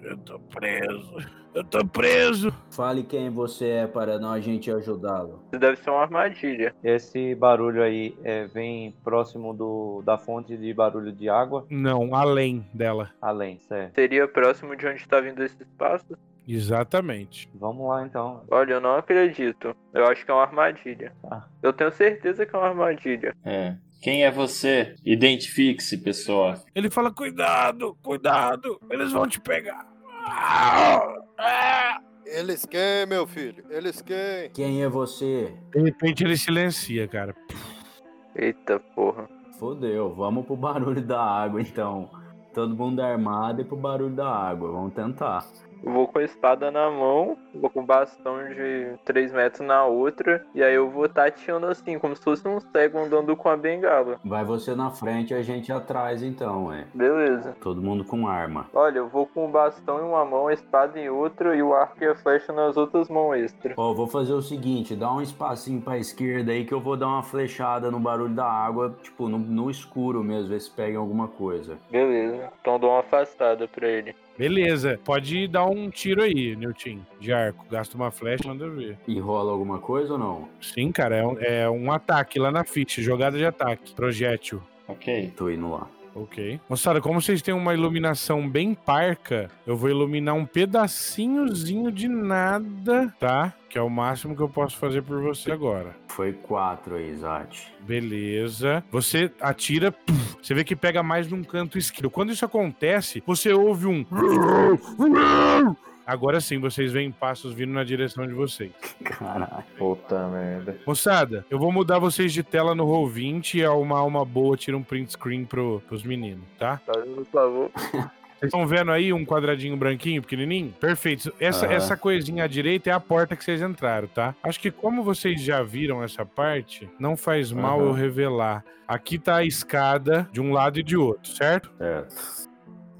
Speaker 1: Eu tô preso. Eu tô preso.
Speaker 8: Fale quem você é para nós a gente ajudá-lo.
Speaker 2: Isso deve ser uma armadilha.
Speaker 6: Esse barulho aí é, vem próximo do, da fonte de barulho de água?
Speaker 1: Não, além dela.
Speaker 6: Além, certo.
Speaker 2: Seria próximo de onde tá vindo esse espaço?
Speaker 1: Exatamente.
Speaker 6: Vamos lá então.
Speaker 2: Olha, eu não acredito. Eu acho que é uma armadilha.
Speaker 8: Tá.
Speaker 6: Ah.
Speaker 2: Eu tenho certeza que é uma armadilha.
Speaker 5: É. Quem é você? Identifique-se, pessoa.
Speaker 1: Ele fala: cuidado, cuidado, eles vão te pegar. Ah, ah.
Speaker 4: Eles quem, meu filho? Eles quem?
Speaker 8: Quem é você?
Speaker 1: De repente ele silencia, cara.
Speaker 2: Eita porra.
Speaker 8: Fodeu, vamos pro barulho da água então. Todo mundo armado e pro barulho da água, vamos tentar.
Speaker 2: Eu vou com a espada na mão, vou com o bastão de 3 metros na outra, e aí eu vou tateando assim, como se fosse um cego andando com a bengala.
Speaker 8: Vai você na frente e a gente atrás então, é.
Speaker 2: Beleza.
Speaker 8: Todo mundo com arma.
Speaker 2: Olha, eu vou com o bastão em uma mão, a espada em outra e o arco e a flecha nas outras mãos extra.
Speaker 8: Ó, vou fazer o seguinte, dá um espacinho pra esquerda aí que eu vou dar uma flechada no barulho da água, tipo, no, no escuro mesmo, ver se pega alguma coisa.
Speaker 2: Beleza. Então dou uma afastada pra ele.
Speaker 1: Beleza, pode dar um tiro aí, Nilton, de arco. Gasta uma flecha, manda ver.
Speaker 8: E rola alguma coisa ou não?
Speaker 1: Sim, cara, é um, é um ataque lá na ficha, jogada de ataque, projétil.
Speaker 5: Ok.
Speaker 8: Tô indo lá.
Speaker 1: Ok. Moçada, como vocês têm uma iluminação bem parca, eu vou iluminar um pedacinhozinho de nada, tá? Que é o máximo que eu posso fazer por você agora.
Speaker 8: Foi quatro aí, Zat.
Speaker 1: Beleza. Você atira, puf, você vê que pega mais num canto esquerdo. Quando isso acontece, você ouve um. Agora sim, vocês veem passos vindo na direção de vocês.
Speaker 8: Caralho.
Speaker 5: Puta merda.
Speaker 1: Moçada, eu vou mudar vocês de tela no Roll20 e a uma alma boa tira um print screen pro, pros meninos, tá?
Speaker 2: Faz um favor.
Speaker 1: Vocês estão vendo aí um quadradinho branquinho, pequenininho? Perfeito. Essa,
Speaker 8: Aham.
Speaker 1: essa coisinha à direita é a porta que vocês entraram, tá? Acho que como vocês já viram essa parte, não faz mal
Speaker 8: Aham.
Speaker 1: eu revelar. Aqui tá a escada de um lado e de outro, certo?
Speaker 8: Certo.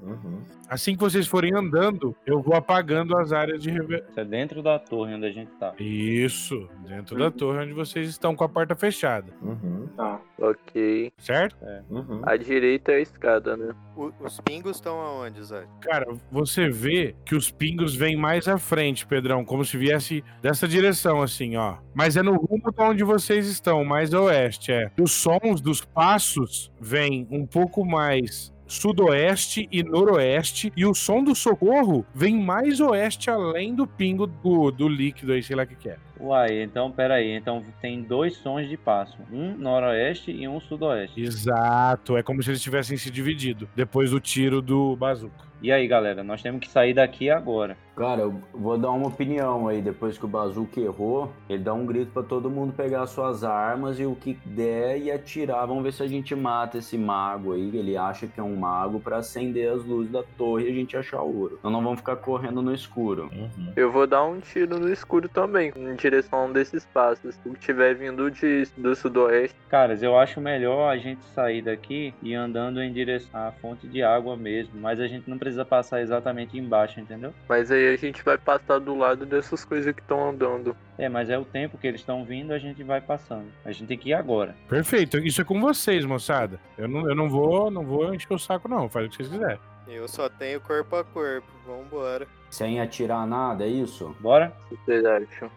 Speaker 5: Uhum.
Speaker 1: Assim que vocês forem andando, eu vou apagando as áreas de revel...
Speaker 6: Isso é dentro da torre onde a gente tá.
Speaker 1: Isso, dentro
Speaker 8: Uhum.
Speaker 1: da torre onde vocês estão com a porta fechada,
Speaker 5: Uhum.
Speaker 9: Tá.
Speaker 2: ok.
Speaker 1: certo?
Speaker 5: Uhum.
Speaker 2: A direita é a escada, né?
Speaker 4: O- os pingos estão aonde, Zé?
Speaker 1: Cara, você vê que os pingos vêm mais à frente, Pedrão, como se viesse dessa direção, assim, ó. Mas é no rumo de onde vocês estão, mais a oeste, é. E os sons dos passos vêm um pouco mais sudoeste e noroeste, e o som do socorro vem mais oeste, além do pingo do, do líquido aí, sei lá o que que é.
Speaker 6: Uai, então peraí. Então tem dois sons de passo: um noroeste e um sudoeste.
Speaker 1: Exato, é como se eles tivessem se dividido, depois do tiro do bazuca.
Speaker 6: E aí, galera, nós temos que sair daqui agora.
Speaker 8: Cara, eu vou dar uma opinião aí. Depois que o Bazuca errou, ele dá um grito pra todo mundo pegar suas armas e o que der e atirar. Vamos ver se a gente mata esse mago aí. Ele acha que é um mago pra acender as luzes da torre e a gente achar ouro. Então não vamos ficar correndo no escuro.
Speaker 5: Uhum.
Speaker 2: Eu vou dar um tiro no escuro também, em direção a um desses passos. Se tiver vindo de, do sudoeste,
Speaker 6: Caras, eu acho melhor a gente sair daqui e ir andando em direção à fonte de água mesmo. Mas a gente não precisa passar exatamente embaixo, entendeu?
Speaker 2: mas aí a gente vai passar do lado dessas coisas que estão andando.
Speaker 6: É, mas é o tempo que eles estão vindo, a gente vai passando. A gente tem que ir agora.
Speaker 1: Perfeito, isso é com vocês, moçada. Eu não, eu não vou, não vou encher o saco, não. Faz o que vocês quiserem.
Speaker 4: Eu só tenho corpo a corpo. Vambora.
Speaker 8: Sem atirar nada, é isso?
Speaker 6: Bora?
Speaker 2: O que vocês acham?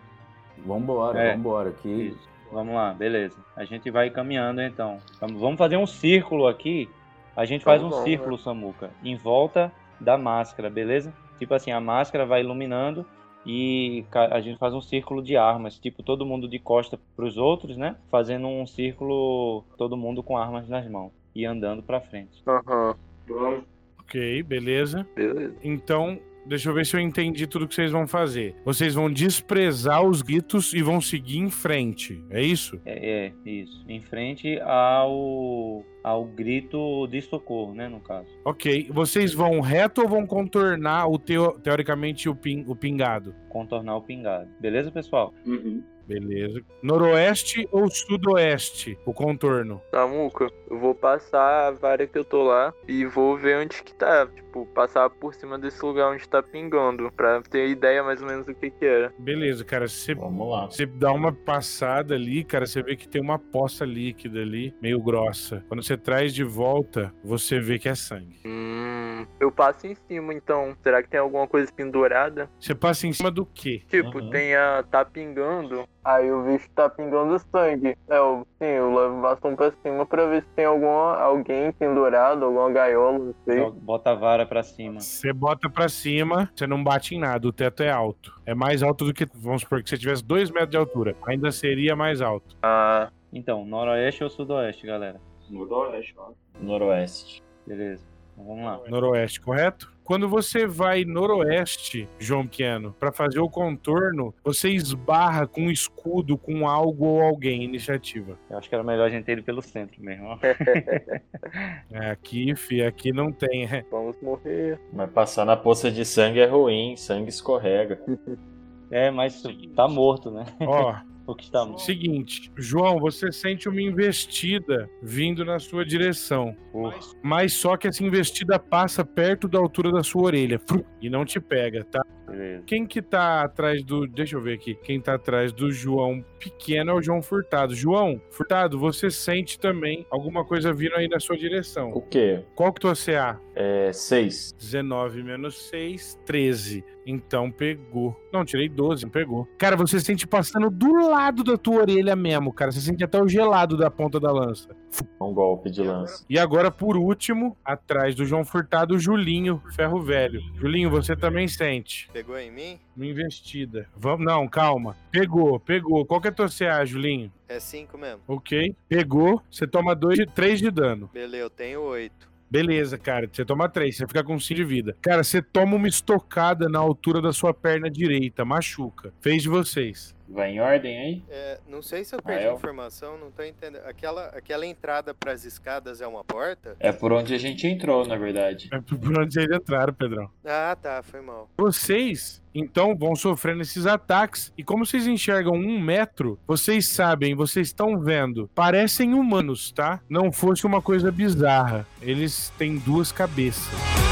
Speaker 8: Vambora,
Speaker 6: É.
Speaker 8: vambora. Que...
Speaker 6: Isso. Vamos lá, beleza. A gente vai caminhando então. Vamos- Vamos fazer um círculo aqui. A gente faz um
Speaker 2: Vamos, vamos,
Speaker 6: círculo, Samuca, em volta da máscara, beleza? Tipo assim, a máscara vai iluminando e ca- a gente faz um círculo de armas, tipo todo mundo de costa pros outros, né? Fazendo um círculo, todo mundo com armas nas mãos e andando pra frente.
Speaker 2: Aham,
Speaker 9: Vamos.
Speaker 1: Ok, beleza.
Speaker 2: beleza.
Speaker 1: Então, deixa eu ver se eu entendi tudo que vocês vão fazer. Vocês vão desprezar os gritos e vão seguir em frente, é isso?
Speaker 6: É, é isso. Em frente ao ao grito de socorro, né, no caso.
Speaker 1: Ok. Vocês vão reto ou vão contornar o teo- teoricamente o, pin- o pingado?
Speaker 6: Contornar o pingado. Beleza, pessoal?
Speaker 9: Uhum.
Speaker 1: Beleza. Noroeste ou sudoeste? O contorno.
Speaker 2: Samuca, Tá, eu vou passar a vara que eu tô lá e vou ver onde que tá. Tipo, passar por cima desse lugar onde tá pingando, pra ter ideia mais ou menos do que que era.
Speaker 1: Beleza, cara. Você
Speaker 5: Vamos lá.
Speaker 1: Você dá uma passada ali, cara, você vê que tem uma poça líquida ali, meio grossa. Quando você traz de volta, você vê que é sangue.
Speaker 2: Hum, Hum, eu passo em cima, então. Será que tem alguma coisa pendurada?
Speaker 1: Você passa em cima do quê?
Speaker 2: Tipo,
Speaker 5: Uhum.
Speaker 2: tem a. tá pingando. Aí eu vejo que tá pingando sangue. É, eu, sim, eu levo o bastão pra cima pra ver se tem alguma, alguém pendurado, alguma gaiola, não sei.
Speaker 6: Joga- Bota a vara pra cima.
Speaker 1: Você bota pra cima, você não bate em nada, o teto é alto. É mais alto do que, vamos supor, que você tivesse dois metros de altura. Ainda seria mais alto.
Speaker 2: Ah,
Speaker 6: Então, noroeste ou sudoeste, galera?
Speaker 9: Noroeste, ó.
Speaker 5: Noroeste.
Speaker 6: Beleza. Então, vamos lá.
Speaker 1: Noroeste, correto? Quando você vai noroeste, João Piano, pra fazer o contorno, você esbarra com um escudo, com algo ou alguém, iniciativa.
Speaker 6: Eu acho que era melhor a gente ter ido pelo centro mesmo. ó.
Speaker 1: É, aqui, fi, aqui não tem. é.
Speaker 2: vamos morrer.
Speaker 5: Mas passar na poça de sangue é ruim, sangue escorrega.
Speaker 6: É, mas tá morto, né?
Speaker 1: Ó,
Speaker 6: O que está morto.
Speaker 1: Seguinte, João, você sente uma investida vindo na sua direção. Mas só que essa investida passa perto da altura da sua orelha fru, e não te pega, tá?
Speaker 6: Beleza.
Speaker 1: Quem que tá atrás do. Deixa eu ver aqui. Quem tá atrás do João pequeno é o João Furtado. João, Furtado, você sente também alguma coisa vindo aí na sua direção.
Speaker 5: O quê?
Speaker 1: Qual que tua CA?
Speaker 5: É, seis.
Speaker 1: 19 menos 6, 13. Então pegou. Não, tirei 12, não pegou. Cara, você sente passando do lado da tua orelha mesmo, cara. Você sente até o gelado da ponta da lança.
Speaker 5: Um golpe de lança.
Speaker 1: E agora, por último, atrás do João Furtado, o Julinho, ferro velho. Julinho, você também sente.
Speaker 4: Pegou em mim?
Speaker 1: Uma investida. Vamos, não, calma. Pegou, pegou. Qual que é a tua CA, Julinho?
Speaker 4: É 5 mesmo.
Speaker 1: Ok. Pegou. Você toma 3 de dano.
Speaker 4: Beleza, eu tenho 8.
Speaker 1: Beleza, cara. Você toma três, você fica com cinco de vida. Cara, você toma uma estocada na altura da sua perna direita, machuca. Fez de vocês.
Speaker 5: Vai em ordem aí?
Speaker 4: É, não sei se eu perdi
Speaker 5: Ah, eu-
Speaker 4: informação, não tô entendendo. Aquela, aquela entrada pras escadas é uma porta?
Speaker 5: É por onde a gente entrou, na verdade.
Speaker 1: É por onde vocês entraram, Pedrão.
Speaker 4: Ah, tá, foi mal.
Speaker 1: Vocês, então, vão sofrendo esses ataques. E como vocês enxergam um metro, vocês sabem, vocês estão vendo. Parecem humanos, tá? Não fosse uma coisa bizarra. Eles têm duas cabeças.